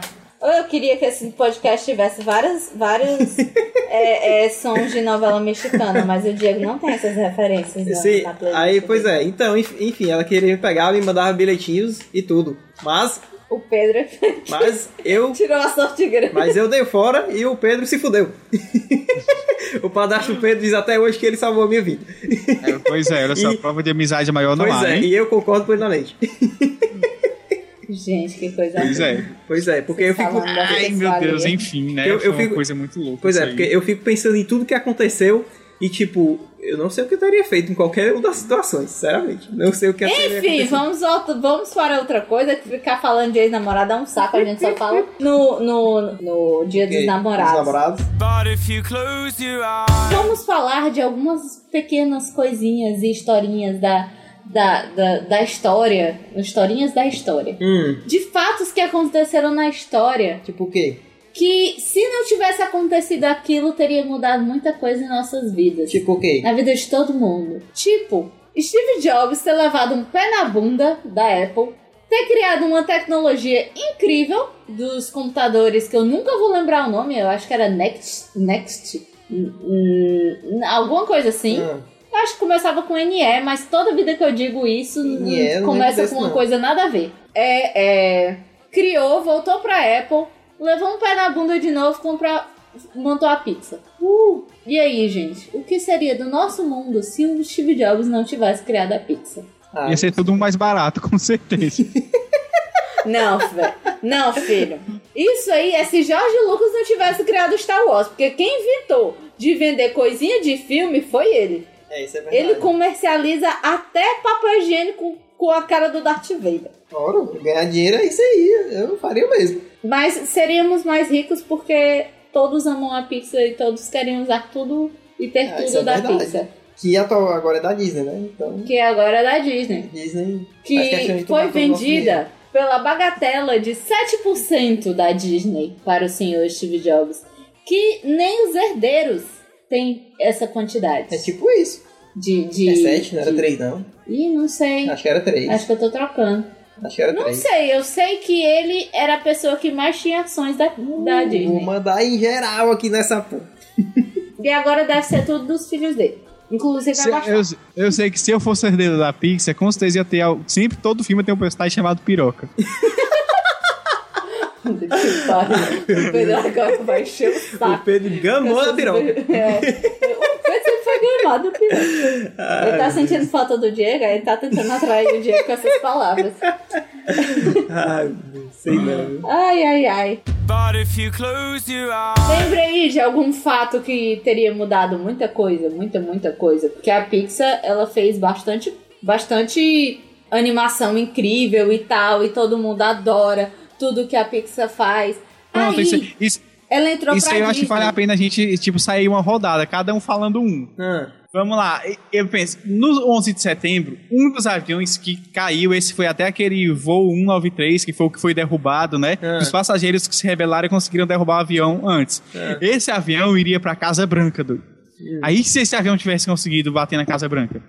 Speaker 1: Eu queria que esse podcast tivesse vários, vários é, é, sons de novela mexicana, mas o Diego não tem essas referências tá na-
Speaker 2: Sim,
Speaker 1: na playlist.
Speaker 2: aí, pois
Speaker 1: dele.
Speaker 2: é. Então, enf- enfim, ela queria me pegar, me mandava bilhetinhos e tudo. Mas,
Speaker 1: O Pedro é
Speaker 2: mas eu
Speaker 1: tirou a sorte grande.
Speaker 2: Mas eu dei fora e o Pedro se fudeu. o padastro Pedro diz até hoje que ele salvou a minha vida.
Speaker 3: É, pois é, olha só,
Speaker 2: E-
Speaker 3: prova de amizade maior não
Speaker 2: pois
Speaker 3: há, né?
Speaker 2: é,
Speaker 3: hein?
Speaker 2: e eu concordo plenamente.
Speaker 1: Gente, que coisa. tá
Speaker 3: Pois é.
Speaker 2: Pois é, porque eu fico.
Speaker 10: né?
Speaker 1: Falando da
Speaker 3: Ai, meu
Speaker 1: sexualidade.
Speaker 3: Deus, enfim, né?
Speaker 2: Eu- eu
Speaker 3: Foi uma
Speaker 2: fico-
Speaker 3: coisa muito louca.
Speaker 2: Pois é,
Speaker 3: isso aí.
Speaker 2: porque eu fico pensando em tudo que aconteceu e, tipo, eu não sei o que eu teria feito em qualquer uma das situações, sinceramente. Não sei o que teria
Speaker 1: Enfim,
Speaker 2: acontecido.
Speaker 1: vamos, volta- vamos para outra coisa, que ficar falando de ex-namorada é um saco, a gente só fala no, no, no dia dos
Speaker 2: Ok,
Speaker 1: namorados.
Speaker 2: os namorados.
Speaker 9: but if you close your eyes,
Speaker 1: Vamos falar de algumas pequenas coisinhas e historinhas da, da, da, da história, historinhas da história,
Speaker 2: Hum.
Speaker 1: de fatos que aconteceram na história,
Speaker 10: Tipo o quê?
Speaker 1: que se não tivesse acontecido aquilo, teria mudado muita coisa em nossas vidas.
Speaker 10: Tipo o quê?
Speaker 1: Na vida de todo mundo. Tipo, Steve Jobs ter levado um pé na bunda da Apple, ter criado uma tecnologia incrível dos computadores que eu nunca vou lembrar o nome, eu acho que era Next. Next. hum, hum, alguma coisa assim.
Speaker 10: Ah,
Speaker 1: Eu acho que começava com NE, mas toda vida que eu digo isso
Speaker 10: NE,
Speaker 1: hum,
Speaker 10: não lembro
Speaker 1: começa
Speaker 10: desse
Speaker 1: com uma
Speaker 10: não.
Speaker 1: coisa nada a ver. É, é, criou, voltou pra Apple, levou um pé na bunda de novo, compra, montou a pizza. Uh, e aí, gente, o que seria do nosso mundo se o Steve Jobs não tivesse criado a pizza?
Speaker 10: ah,
Speaker 3: Ia ser tudo mais barato, com certeza.
Speaker 1: Não, velho. Não, filho. Isso aí é se Jorge Lucas não tivesse criado Star Wars, porque quem inventou de vender coisinha de filme foi ele.
Speaker 10: É, isso é verdade.
Speaker 1: Ele comercializa até papel higiênico com a cara do Darth Vader.
Speaker 10: Claro, ganhar dinheiro é isso aí. Eu faria o mesmo.
Speaker 1: Mas seríamos mais ricos porque todos amam a pizza e todos querem usar tudo e ter
Speaker 10: Ah, isso
Speaker 1: tudo
Speaker 10: é
Speaker 1: da
Speaker 10: verdade.
Speaker 1: pizza.
Speaker 10: Que atual agora é da Disney, né? Então,
Speaker 1: Que agora é da Disney.
Speaker 10: Disney. Faz questão
Speaker 1: Que
Speaker 10: de
Speaker 1: foi
Speaker 10: tomar todo o nosso dinheiro.
Speaker 1: vendida pela bagatela de 7% da Disney para o senhor Steve Jobs. Que nem os herdeiros têm essa quantidade
Speaker 10: É tipo isso.
Speaker 1: de, de.
Speaker 10: É 7, não era Ah,
Speaker 1: de-
Speaker 10: 3, não.
Speaker 1: Ih, não sei.
Speaker 10: Acho que era 3.
Speaker 1: Acho que eu tô trocando.
Speaker 10: Acho que era
Speaker 1: Não
Speaker 10: 3.
Speaker 1: sei, eu sei que ele era a pessoa que mais tinha ações da,
Speaker 2: Hum.
Speaker 1: da
Speaker 10: Vou
Speaker 1: Disney.
Speaker 10: mandar em geral aqui nessa porra.
Speaker 1: E agora deve ser tudo dos filhos dele. Inclusive
Speaker 3: Se-
Speaker 1: a
Speaker 3: eu,
Speaker 1: Bastante.
Speaker 3: eu sei que se eu fosse herdeiro da Pixar, com certeza ia ter. al- Sempre todo filme tem um personagem chamado Piroca.
Speaker 1: Que pariu. O Pedro agora vai encher o
Speaker 2: O
Speaker 1: saco.
Speaker 2: Pedro gamou a piroca.
Speaker 1: É. O Pedro sempre foi gamado, piroca.
Speaker 2: Ah,
Speaker 1: Ele tá sentindo falta do Diego, aí ele tá tentando atrair o Diego com essas palavras.
Speaker 2: Ai, sei não.
Speaker 1: Ai, ai, ai.
Speaker 9: But if you close your eyes.
Speaker 1: Lembra aí de algum fato que teria mudado muita coisa, muita, muita coisa. Porque a Pixar, ela fez bastante, bastante animação incrível e tal, e todo mundo adora tudo que a Pixar faz.
Speaker 3: Pronto,
Speaker 1: aí,
Speaker 3: isso, isso,
Speaker 1: ela entrou
Speaker 3: isso
Speaker 1: pra
Speaker 3: aí eu acho que
Speaker 1: Disney.
Speaker 3: vale a pena a gente, tipo, sair uma rodada, cada um falando um.
Speaker 2: Ah,
Speaker 3: Vamos lá, e- eu penso, no 11 de setembro, um dos aviões que caiu, esse foi até aquele voo 193, que foi o que foi derrubado, né?
Speaker 2: Ah.
Speaker 3: Os passageiros que se rebelaram conseguiram derrubar o avião antes.
Speaker 2: Ah.
Speaker 3: Esse avião iria pra Casa Branca, doido.
Speaker 2: Hum.
Speaker 3: Aí se esse avião tivesse conseguido bater na Casa Branca.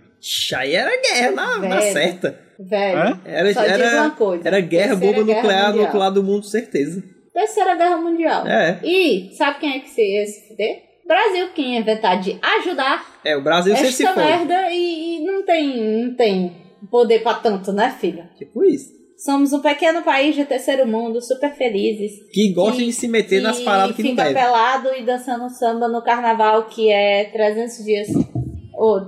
Speaker 2: aí era guerra na, na
Speaker 1: Velho.
Speaker 2: certa.
Speaker 3: É.
Speaker 1: Velho,
Speaker 2: Era,
Speaker 1: só diz
Speaker 2: era,
Speaker 1: uma coisa.
Speaker 2: era guerra,
Speaker 1: Terceira
Speaker 2: bomba
Speaker 1: Guerra
Speaker 2: nuclear do
Speaker 1: Mundial.
Speaker 2: outro lado do mundo, certeza.
Speaker 1: Terceira Guerra Mundial.
Speaker 2: É.
Speaker 1: E sabe quem é que se ia se fuder? Brasil, quem ia inventar de ajudar
Speaker 2: É, o Brasil sempre se
Speaker 1: esta
Speaker 2: foi.
Speaker 1: merda e, e não tem, não tem poder pra tanto, né, filha?
Speaker 2: Tipo isso.
Speaker 1: Somos um pequeno país de terceiro mundo, super felizes.
Speaker 2: Que gosta
Speaker 1: Que-
Speaker 2: de se meter nas
Speaker 1: E
Speaker 2: paradas que não
Speaker 1: fica
Speaker 2: deve.
Speaker 1: pelado e dançando samba no carnaval, que é 300 dias, ou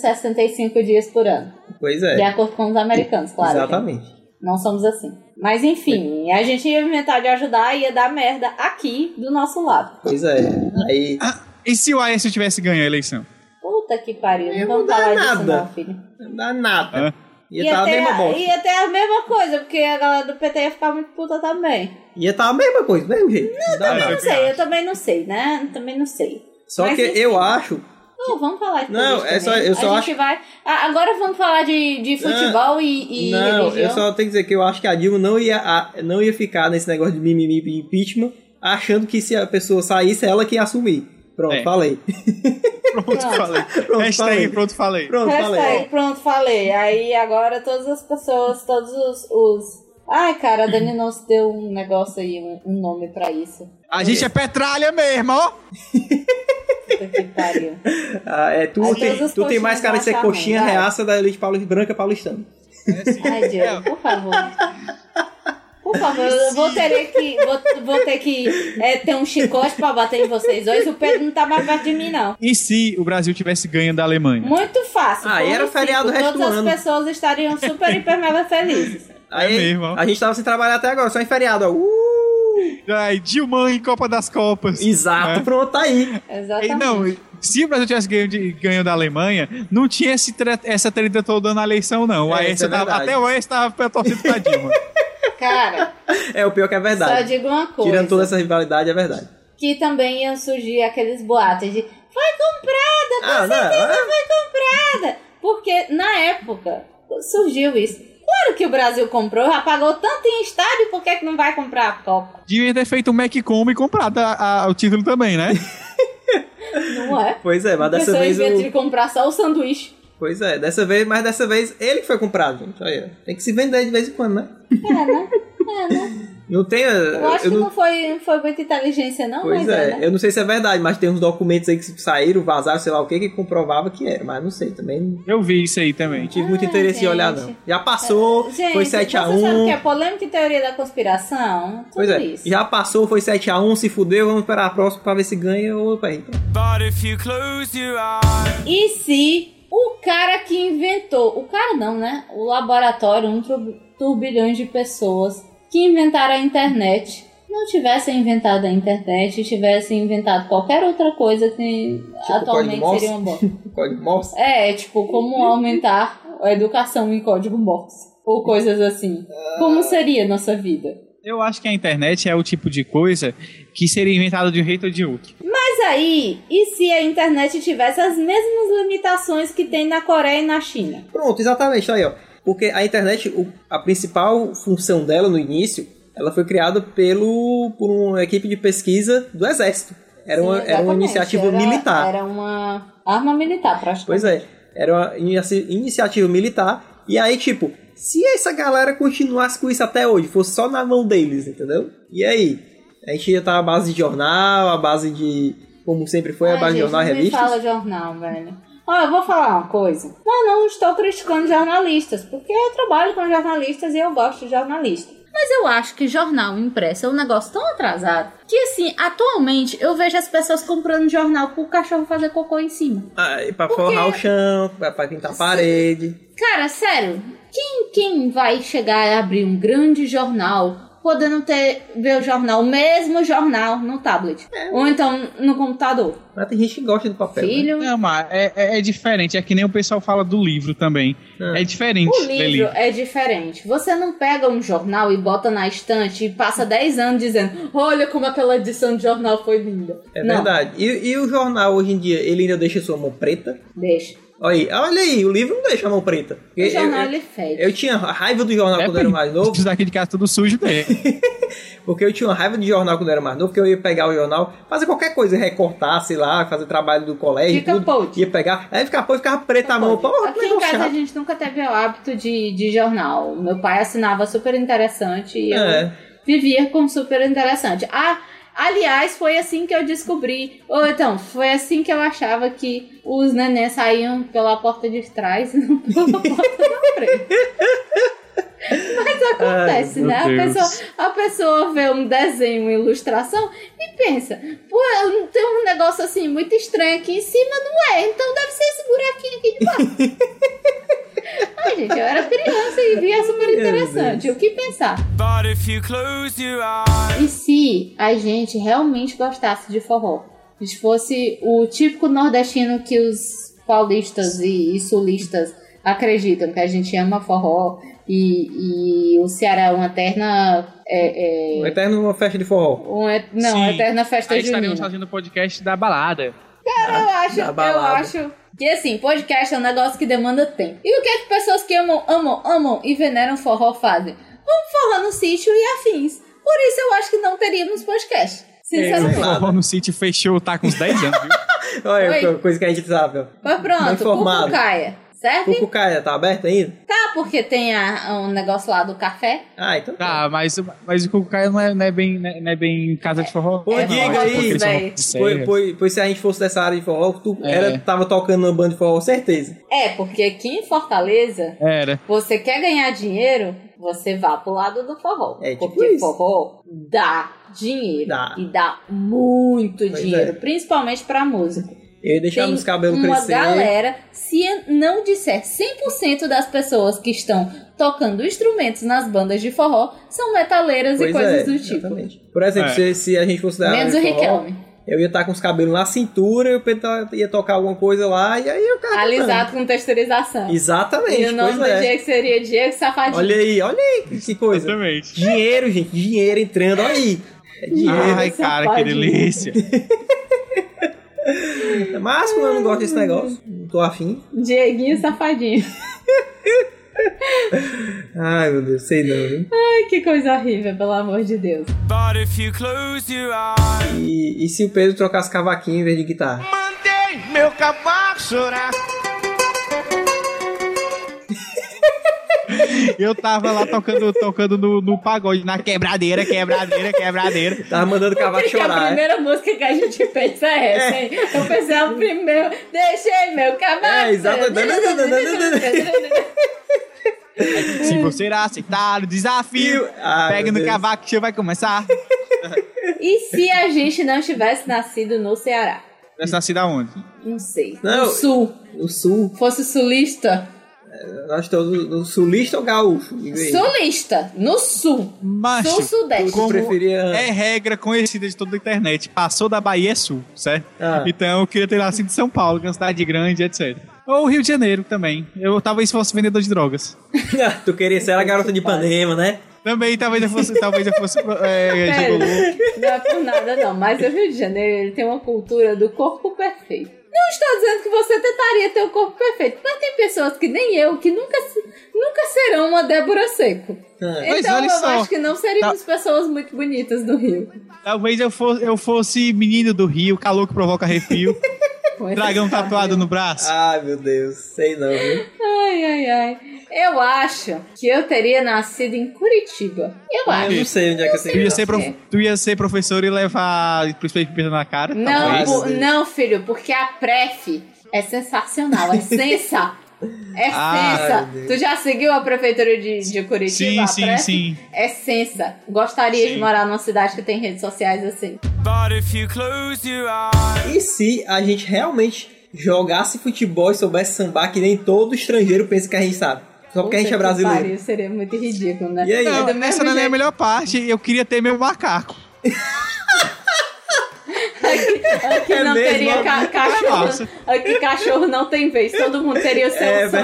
Speaker 1: 365 dias por ano.
Speaker 2: Pois
Speaker 1: De
Speaker 2: é.
Speaker 1: acordo com os americanos, claro.
Speaker 2: Exatamente. É.
Speaker 1: Não somos assim. Mas enfim, a gente ia inventar de ajudar e ia dar merda aqui do nosso lado.
Speaker 2: Pois é. Aí.
Speaker 3: E se o AS tivesse ganho a eleição?
Speaker 1: Puta que pariu,
Speaker 2: Ia
Speaker 1: não vamos
Speaker 2: mudar
Speaker 1: falar disso
Speaker 2: É, nada.
Speaker 1: não, filho.
Speaker 2: Não dá nada.
Speaker 3: Ah.
Speaker 2: Ia estar a
Speaker 1: ter
Speaker 2: mesma bosta.
Speaker 1: ia ter a mesma coisa, porque a galera do PT ia ficar muito puta também.
Speaker 2: Ia estar a mesma coisa, do mesmo jeito. Não dá
Speaker 3: também
Speaker 1: Eu
Speaker 2: nada.
Speaker 1: não sei, eu também não sei, né? Também não sei.
Speaker 2: Só
Speaker 1: Mas assim,
Speaker 2: que
Speaker 1: enfim.
Speaker 2: eu acho.
Speaker 1: Não, vamos falar de
Speaker 2: Não,
Speaker 1: política
Speaker 2: é só-
Speaker 1: mesmo.
Speaker 2: eu só
Speaker 1: a gente vai. Ah, agora vamos falar de, de futebol e, e
Speaker 2: não,
Speaker 1: religião.
Speaker 2: eu só tenho que dizer que eu acho que a Dilma não ia, a- não ia ficar nesse negócio de mimimi de impeachment, achando que se a pessoa saísse, ela que ia assumir. Pronto,
Speaker 3: É.
Speaker 2: falei.
Speaker 3: Pronto,
Speaker 1: Pronto.
Speaker 3: falei.
Speaker 2: Pronto,
Speaker 3: Hashtag
Speaker 2: falei.
Speaker 3: pronto, falei.
Speaker 2: Pronto,
Speaker 1: Hashtag,
Speaker 2: falei.
Speaker 1: Pronto, falei. Aí agora todas as pessoas, todos os. os... Ai, cara, a Dani não se deu um negócio aí, um, um nome pra isso.
Speaker 3: A gente é petralha mesmo, ó.
Speaker 1: Puta que pariu.
Speaker 2: Ah, é, tu,
Speaker 1: Às vezes
Speaker 2: tem,
Speaker 1: as
Speaker 2: tu tem
Speaker 1: coxinhas
Speaker 2: mais cara de ser
Speaker 1: acham
Speaker 2: coxinha
Speaker 1: ruim, vai.
Speaker 2: reaça da elite paulista, branca paulistana.
Speaker 3: É,
Speaker 1: Ai,
Speaker 2: É.
Speaker 1: Diego, por favor. Por favor, eu vou ter que, vou, vou ter, que é, ter um chicote pra bater em vocês hoje. O Pedro não tá mais perto de mim, não.
Speaker 3: E se o Brasil tivesse ganho da Alemanha?
Speaker 1: Muito fácil.
Speaker 2: Ah, e
Speaker 1: ponto
Speaker 2: era feriado o
Speaker 1: cinco.
Speaker 2: resto do
Speaker 1: Todas as
Speaker 2: ano.
Speaker 1: pessoas estariam super, hiper, mega felizes.
Speaker 2: Aí,
Speaker 3: É mesmo, ó.
Speaker 2: a gente tava sem trabalhar até agora, só em feriado, ó. Uh!
Speaker 3: Ai, Dilma em Copa das Copas.
Speaker 2: Exato,
Speaker 3: É.
Speaker 2: pronto, tá aí.
Speaker 3: E
Speaker 1: Exatamente.
Speaker 3: não, se o Brasil tivesse ganho, de- ganho da Alemanha, não tinha esse tre- essa treta toda na eleição, não. O
Speaker 2: É,
Speaker 3: Aécio
Speaker 2: isso é
Speaker 3: tava-
Speaker 2: verdade.
Speaker 3: até o Aécio tava torcendo pra Dilma.
Speaker 1: Cara,
Speaker 2: É o pior que é
Speaker 1: só
Speaker 2: verdade.
Speaker 1: digo uma coisa.
Speaker 2: Tirando toda essa rivalidade, é verdade.
Speaker 1: Que também iam surgir aqueles boatos de foi comprada,
Speaker 2: Ah, não,
Speaker 1: né? foi comprada. Porque na época, surgiu isso. Claro que o Brasil comprou, já pagou tanto em estádio, por que, é que não vai comprar a Copa?
Speaker 3: Devia ter feito um MacCom e comprado a- a- o título também, né?
Speaker 1: Não é?
Speaker 2: Pois é, mas dessa
Speaker 1: pessoa
Speaker 2: vez.
Speaker 1: inventa
Speaker 2: O...
Speaker 1: de comprar só o sanduíche.
Speaker 2: Pois é, dessa vez, mas dessa vez ele que foi comprado, gente. Olha, tem que se vender de vez em quando, né?
Speaker 1: É, né? É, né?
Speaker 2: Não tem. eh,
Speaker 1: Eu acho
Speaker 2: eu
Speaker 1: que
Speaker 2: não-
Speaker 1: não foi, foi muita inteligência, não,
Speaker 2: Pois
Speaker 1: mas
Speaker 2: é,
Speaker 1: né?
Speaker 2: eu não sei se é verdade, mas tem uns documentos aí que saíram, vazaram, sei lá o que, que comprovava que era, mas não sei também. Não
Speaker 3: Eu vi isso aí também.
Speaker 2: tive
Speaker 1: Ah,
Speaker 2: muito interesse em olhar,
Speaker 1: gente. É,
Speaker 2: não. Já passou,
Speaker 1: Gente,
Speaker 2: foi
Speaker 1: Você sabe o que
Speaker 2: 7x1.
Speaker 1: é polêmica e teoria da conspiração? Tudo
Speaker 2: Pois é,
Speaker 1: isso.
Speaker 2: já passou, foi 7x1, se fudeu, vamos esperar a próxima pra então, ver se ganha ou peraí.
Speaker 9: But if you close your eyes,
Speaker 1: E se o cara que inventou, o cara não, né? O laboratório, um tur- turbilhão de pessoas que inventaram a internet, não tivessem inventado a internet e tivessem inventado qualquer outra coisa que atualmente
Speaker 2: Tipo código
Speaker 1: seria uma boa.
Speaker 2: Código Morse.
Speaker 1: É, tipo, como aumentar a educação em código Morse. Ou coisas assim. Como seria a nossa vida?
Speaker 3: Eu acho que a internet é o tipo de coisa que seria inventada de um jeito ou de outro.
Speaker 1: Mas aí, e se a internet tivesse as mesmas limitações que tem na Coreia e na China?
Speaker 2: Pronto, exatamente, aí ó. Porque a internet, o- a principal função dela no início, ela foi criada pelo, por uma equipe de pesquisa do exército. Era, uma, era uma iniciativa militar.
Speaker 1: Era uma arma militar,
Speaker 2: Pois
Speaker 1: praticamente.
Speaker 2: é, era uma inici- iniciativa militar. E aí, tipo, se essa galera continuasse com isso até hoje, fosse só na mão deles, entendeu? E aí? A gente ia estar à base de jornal, à base de. Como sempre foi, a
Speaker 1: Ai,
Speaker 2: base de
Speaker 1: gente,
Speaker 2: jornal e
Speaker 1: não me
Speaker 2: revistas.
Speaker 1: fala jornal, velho. Ó, eu vou falar uma coisa. Eu não estou criticando jornalistas, porque eu trabalho com jornalistas e eu gosto de jornalistas. Mas eu acho que jornal impresso é um negócio tão atrasado que, assim, atualmente eu vejo as pessoas comprando jornal pro cachorro fazer cocô em cima.
Speaker 2: Ah, e pra forrar o chão, pra, pra pintar a parede.
Speaker 1: Cara, sério, quem, quem vai chegar a abrir um grande jornal podendo ter, ver o jornal, o mesmo jornal, no tablet? Ou então no computador?
Speaker 2: Mas tem gente que gosta do papel. né?
Speaker 1: Filho,
Speaker 3: Não, mas é, é- é diferente. É que nem o pessoal fala do livro também.
Speaker 2: Ah.
Speaker 3: É diferente
Speaker 1: o
Speaker 3: ler
Speaker 1: livro
Speaker 3: livro.
Speaker 1: é diferente. Você não pega um jornal e bota na estante e passa
Speaker 2: Hum.
Speaker 1: 10 anos dizendo: Olha como aquela edição de jornal foi linda.
Speaker 2: É
Speaker 1: não,
Speaker 2: verdade. E, e o jornal hoje em dia, ele ainda deixa sua mão preta?
Speaker 1: deixa.
Speaker 2: Olha aí, olha aí, o livro não deixa a mão preta.
Speaker 1: O
Speaker 2: Eu-
Speaker 1: jornal
Speaker 2: eu,
Speaker 1: ele fede.
Speaker 2: eu tinha raiva do jornal quando eu era mais novo.
Speaker 3: Isso daqui de casa é tudo sujo né? dele.
Speaker 2: Porque eu tinha uma raiva de jornal quando eu era mais novo, porque eu ia pegar o jornal, fazer qualquer coisa, recortar, sei lá, fazer trabalho do colégio,
Speaker 1: Fica
Speaker 2: tudo.
Speaker 1: podre.
Speaker 2: Ia pegar, aí ficava, pô, ficava preta a mão, porra, que
Speaker 1: Aqui em
Speaker 2: negócio
Speaker 1: casa é a
Speaker 2: chato.
Speaker 1: gente nunca teve o hábito de, de jornal. Meu pai assinava super interessante e eu
Speaker 2: É,
Speaker 1: vivia com super interessante. Ah, aliás, foi assim que eu descobri. Ou então, foi assim que eu achava que os neném saíam pela porta de trás e não pela porta da frente. Mas acontece,
Speaker 3: Ai, meu
Speaker 1: né? A
Speaker 3: Deus.
Speaker 1: pessoa, a pessoa vê um desenho, uma ilustração e pensa: pô, eu- tem um negócio assim muito estranho aqui em cima, não é? Então deve ser esse buraquinho aqui de baixo. Ai, gente, eu era criança e via super interessante. O que pensar?
Speaker 9: but if you close your eyes,
Speaker 1: E se a gente realmente gostasse de forró? A gente fosse o típico nordestino que os paulistas e, e sulistas acreditam que a gente ama forró e, e o Ceará é uma eterna. É, é,
Speaker 2: o um eterno uma festa de forró.
Speaker 1: um et- não,
Speaker 3: Sim.
Speaker 1: uma eterna festa
Speaker 3: Aí
Speaker 1: junina.
Speaker 3: estaremos fazendo o podcast da balada.
Speaker 1: Eu acho,
Speaker 2: da
Speaker 1: eu
Speaker 2: balada.
Speaker 1: acho que assim, podcast é um negócio que demanda tempo. E o que é que pessoas que amam, amam, amam e veneram forró fazem? Vamos forró no sítio e afins. Por isso eu acho que não teríamos podcast. Sinceramente.
Speaker 2: É,
Speaker 3: O forró no sítio fechou, tá com uns 10 anos, viu?
Speaker 2: Olha,
Speaker 1: Oi.
Speaker 2: co- coisa que a gente sabe, ó.
Speaker 1: Mas
Speaker 2: Bem
Speaker 1: pronto,
Speaker 2: formado.
Speaker 1: Cucucaia, certo?
Speaker 2: O Cucaia tá aberto ainda?
Speaker 1: Tá, porque tem a- um negócio lá do café.
Speaker 2: Ah, então tá.
Speaker 3: Tá, mas, mas o Cucaia não é, não, é bem, não é- não é bem casa de forró.
Speaker 2: Pô,
Speaker 3: não,
Speaker 2: diga
Speaker 3: tipo,
Speaker 2: aí, né?
Speaker 3: aquele forró
Speaker 1: véi.
Speaker 3: de
Speaker 2: Pois,
Speaker 3: serra.
Speaker 2: pois- pois se a gente fosse dessa área de forró, tu
Speaker 3: É.
Speaker 2: era, tava tocando numa banda de forró, certeza.
Speaker 1: É, porque aqui em Fortaleza,
Speaker 3: Era.
Speaker 1: você quer ganhar dinheiro, você vá pro lado do forró.
Speaker 2: É tipo
Speaker 1: porque
Speaker 2: isso.
Speaker 1: forró dá dinheiro.
Speaker 2: Dá.
Speaker 1: E dá muito
Speaker 2: Pois
Speaker 1: dinheiro,
Speaker 2: é.
Speaker 1: principalmente pra música.
Speaker 2: Eu ia deixar
Speaker 1: Tem
Speaker 2: meus cabelos
Speaker 1: Uma
Speaker 2: crescer.
Speaker 1: galera, se não disser 100% das pessoas que estão tocando instrumentos nas bandas de forró, são metaleiras e
Speaker 2: Pois
Speaker 1: coisas
Speaker 2: é,
Speaker 1: do tipo.
Speaker 2: exatamente. Por exemplo,
Speaker 3: É.
Speaker 2: se, se a gente fosse da área
Speaker 1: Menos
Speaker 2: de
Speaker 1: o
Speaker 2: forró,
Speaker 1: Riquelme.
Speaker 2: Eu ia estar com os cabelos na cintura, eu penta- tá, ia tocar alguma coisa lá, e aí eu ficava
Speaker 1: Alisado com texturização.
Speaker 2: cantando. Ah, tá Exatamente,
Speaker 1: E o nome do
Speaker 2: pois é.
Speaker 1: Diego seria Diego Safadinho.
Speaker 2: Olha aí, olha aí que- que coisa.
Speaker 3: Exatamente.
Speaker 2: Dinheiro, gente, dinheiro entrando, olha aí. É dinheiro.
Speaker 3: Ai, cara, que
Speaker 1: Safadinho.
Speaker 3: delícia.
Speaker 2: Mas como eu não gosto desse negócio, não tô afim.
Speaker 1: Dieguinho Safadinho.
Speaker 2: Ai, meu Deus, sei não, viu?
Speaker 1: Ai, que coisa horrível, pelo amor de Deus.
Speaker 9: But if you close your eyes,
Speaker 2: E, e se o Pedro trocasse cavaquinho em vez de guitarra?
Speaker 11: Mandei meu cavaco chorar.
Speaker 3: Eu tava lá tocando, tocando no, no pagode, na quebradeira, quebradeira, quebradeira.
Speaker 2: Tava mandando o cavaco
Speaker 1: Porque a
Speaker 2: chorar. né?
Speaker 1: primeira música que a gente pensa é essa, hein? Eu pensei é o primeiro, deixei meu cavalo.
Speaker 2: É, exatamente.
Speaker 3: Se você aceitar o desafio,
Speaker 2: Ai,
Speaker 3: pega
Speaker 2: meu
Speaker 3: no
Speaker 2: Deus.
Speaker 3: cavaco que o show vai começar.
Speaker 1: E se a gente não tivesse nascido no Ceará?
Speaker 3: Nessa nascida onde?
Speaker 1: Não sei.
Speaker 2: Não.
Speaker 1: No sul.
Speaker 2: No sul,
Speaker 1: Fosse sulista?
Speaker 2: nós estamos no sulista ou gaúcho? Diga aí.
Speaker 1: Sulista. No sul.
Speaker 3: Macho,
Speaker 1: Sul-Sudeste.
Speaker 2: Tu
Speaker 3: como
Speaker 2: preferia-
Speaker 3: é regra conhecida de toda a internet, passou da Bahia é sul, certo?
Speaker 2: Ah.
Speaker 3: Então eu queria ter nascido em São Paulo, que é uma cidade grande, etc. Ou Rio de Janeiro também. Eu talvez fosse vendedor de drogas.
Speaker 2: Ah, tu queria ser a garota de Ipanema, né?
Speaker 3: Também talvez eu fosse, talvez eu fosse é,
Speaker 1: Pera,
Speaker 3: gigolô.
Speaker 1: não é por nada não, mas o Rio de Janeiro ele tem uma cultura do corpo perfeito. Não estou dizendo que você tentaria ter o corpo perfeito, mas tem pessoas que nem eu que nunca, se- nunca serão uma Débora Seco.
Speaker 2: Ah.
Speaker 3: É, Mas
Speaker 1: Então
Speaker 3: olha
Speaker 1: eu
Speaker 3: só. Tá.
Speaker 1: acho que não seríamos pessoas muito bonitas no Rio.
Speaker 3: Talvez eu fosse, eu fosse menino do Rio, calor que provoca refio,
Speaker 1: Com esse
Speaker 3: dragão tá
Speaker 1: cabelo.
Speaker 3: tatuado no braço.
Speaker 2: Ai, meu Deus, sei não, viu?
Speaker 1: Ai, ai, ai. Eu acho que eu teria nascido em Curitiba. Eu
Speaker 2: Eu
Speaker 1: acho.
Speaker 2: não sei onde é que eu
Speaker 3: Tu
Speaker 2: sei.
Speaker 3: ia, ser prof-
Speaker 1: É.
Speaker 3: tu ia ser professor e levar spray de pimenta na
Speaker 2: Tá
Speaker 3: cara?
Speaker 2: é
Speaker 1: Não,
Speaker 3: talvez.
Speaker 1: por- não, filho, porque a pref é sensacional, é sensa. É
Speaker 3: Ah,
Speaker 1: sensa.
Speaker 2: meu Deus.
Speaker 1: Tu já seguiu a prefeitura de, de Curitiba?
Speaker 3: Sim,
Speaker 1: a
Speaker 3: sim,
Speaker 1: pref?
Speaker 3: sim.
Speaker 1: É sensa. Gostaria de
Speaker 3: Sim.
Speaker 1: morar numa cidade que tem redes sociais assim.
Speaker 9: but if you close your eyes,
Speaker 2: E se a gente realmente jogasse futebol e soubesse sambar que nem todo estrangeiro pensa que a gente sabe? Só porque a gente é
Speaker 1: Puta que
Speaker 2: brasileiro.
Speaker 1: pariu, seria muito ridículo, né?
Speaker 2: E aí?
Speaker 1: Do
Speaker 3: Não,
Speaker 1: mesmo
Speaker 3: essa não é a
Speaker 1: jeito-
Speaker 3: melhor parte. Eu queria ter meu macaco.
Speaker 1: Aqui
Speaker 2: É
Speaker 1: não
Speaker 2: mesmo?
Speaker 1: teria ca- cachorro.
Speaker 3: Nossa.
Speaker 1: Aqui cachorro não tem vez. Todo mundo teria o seu
Speaker 2: É
Speaker 1: sonho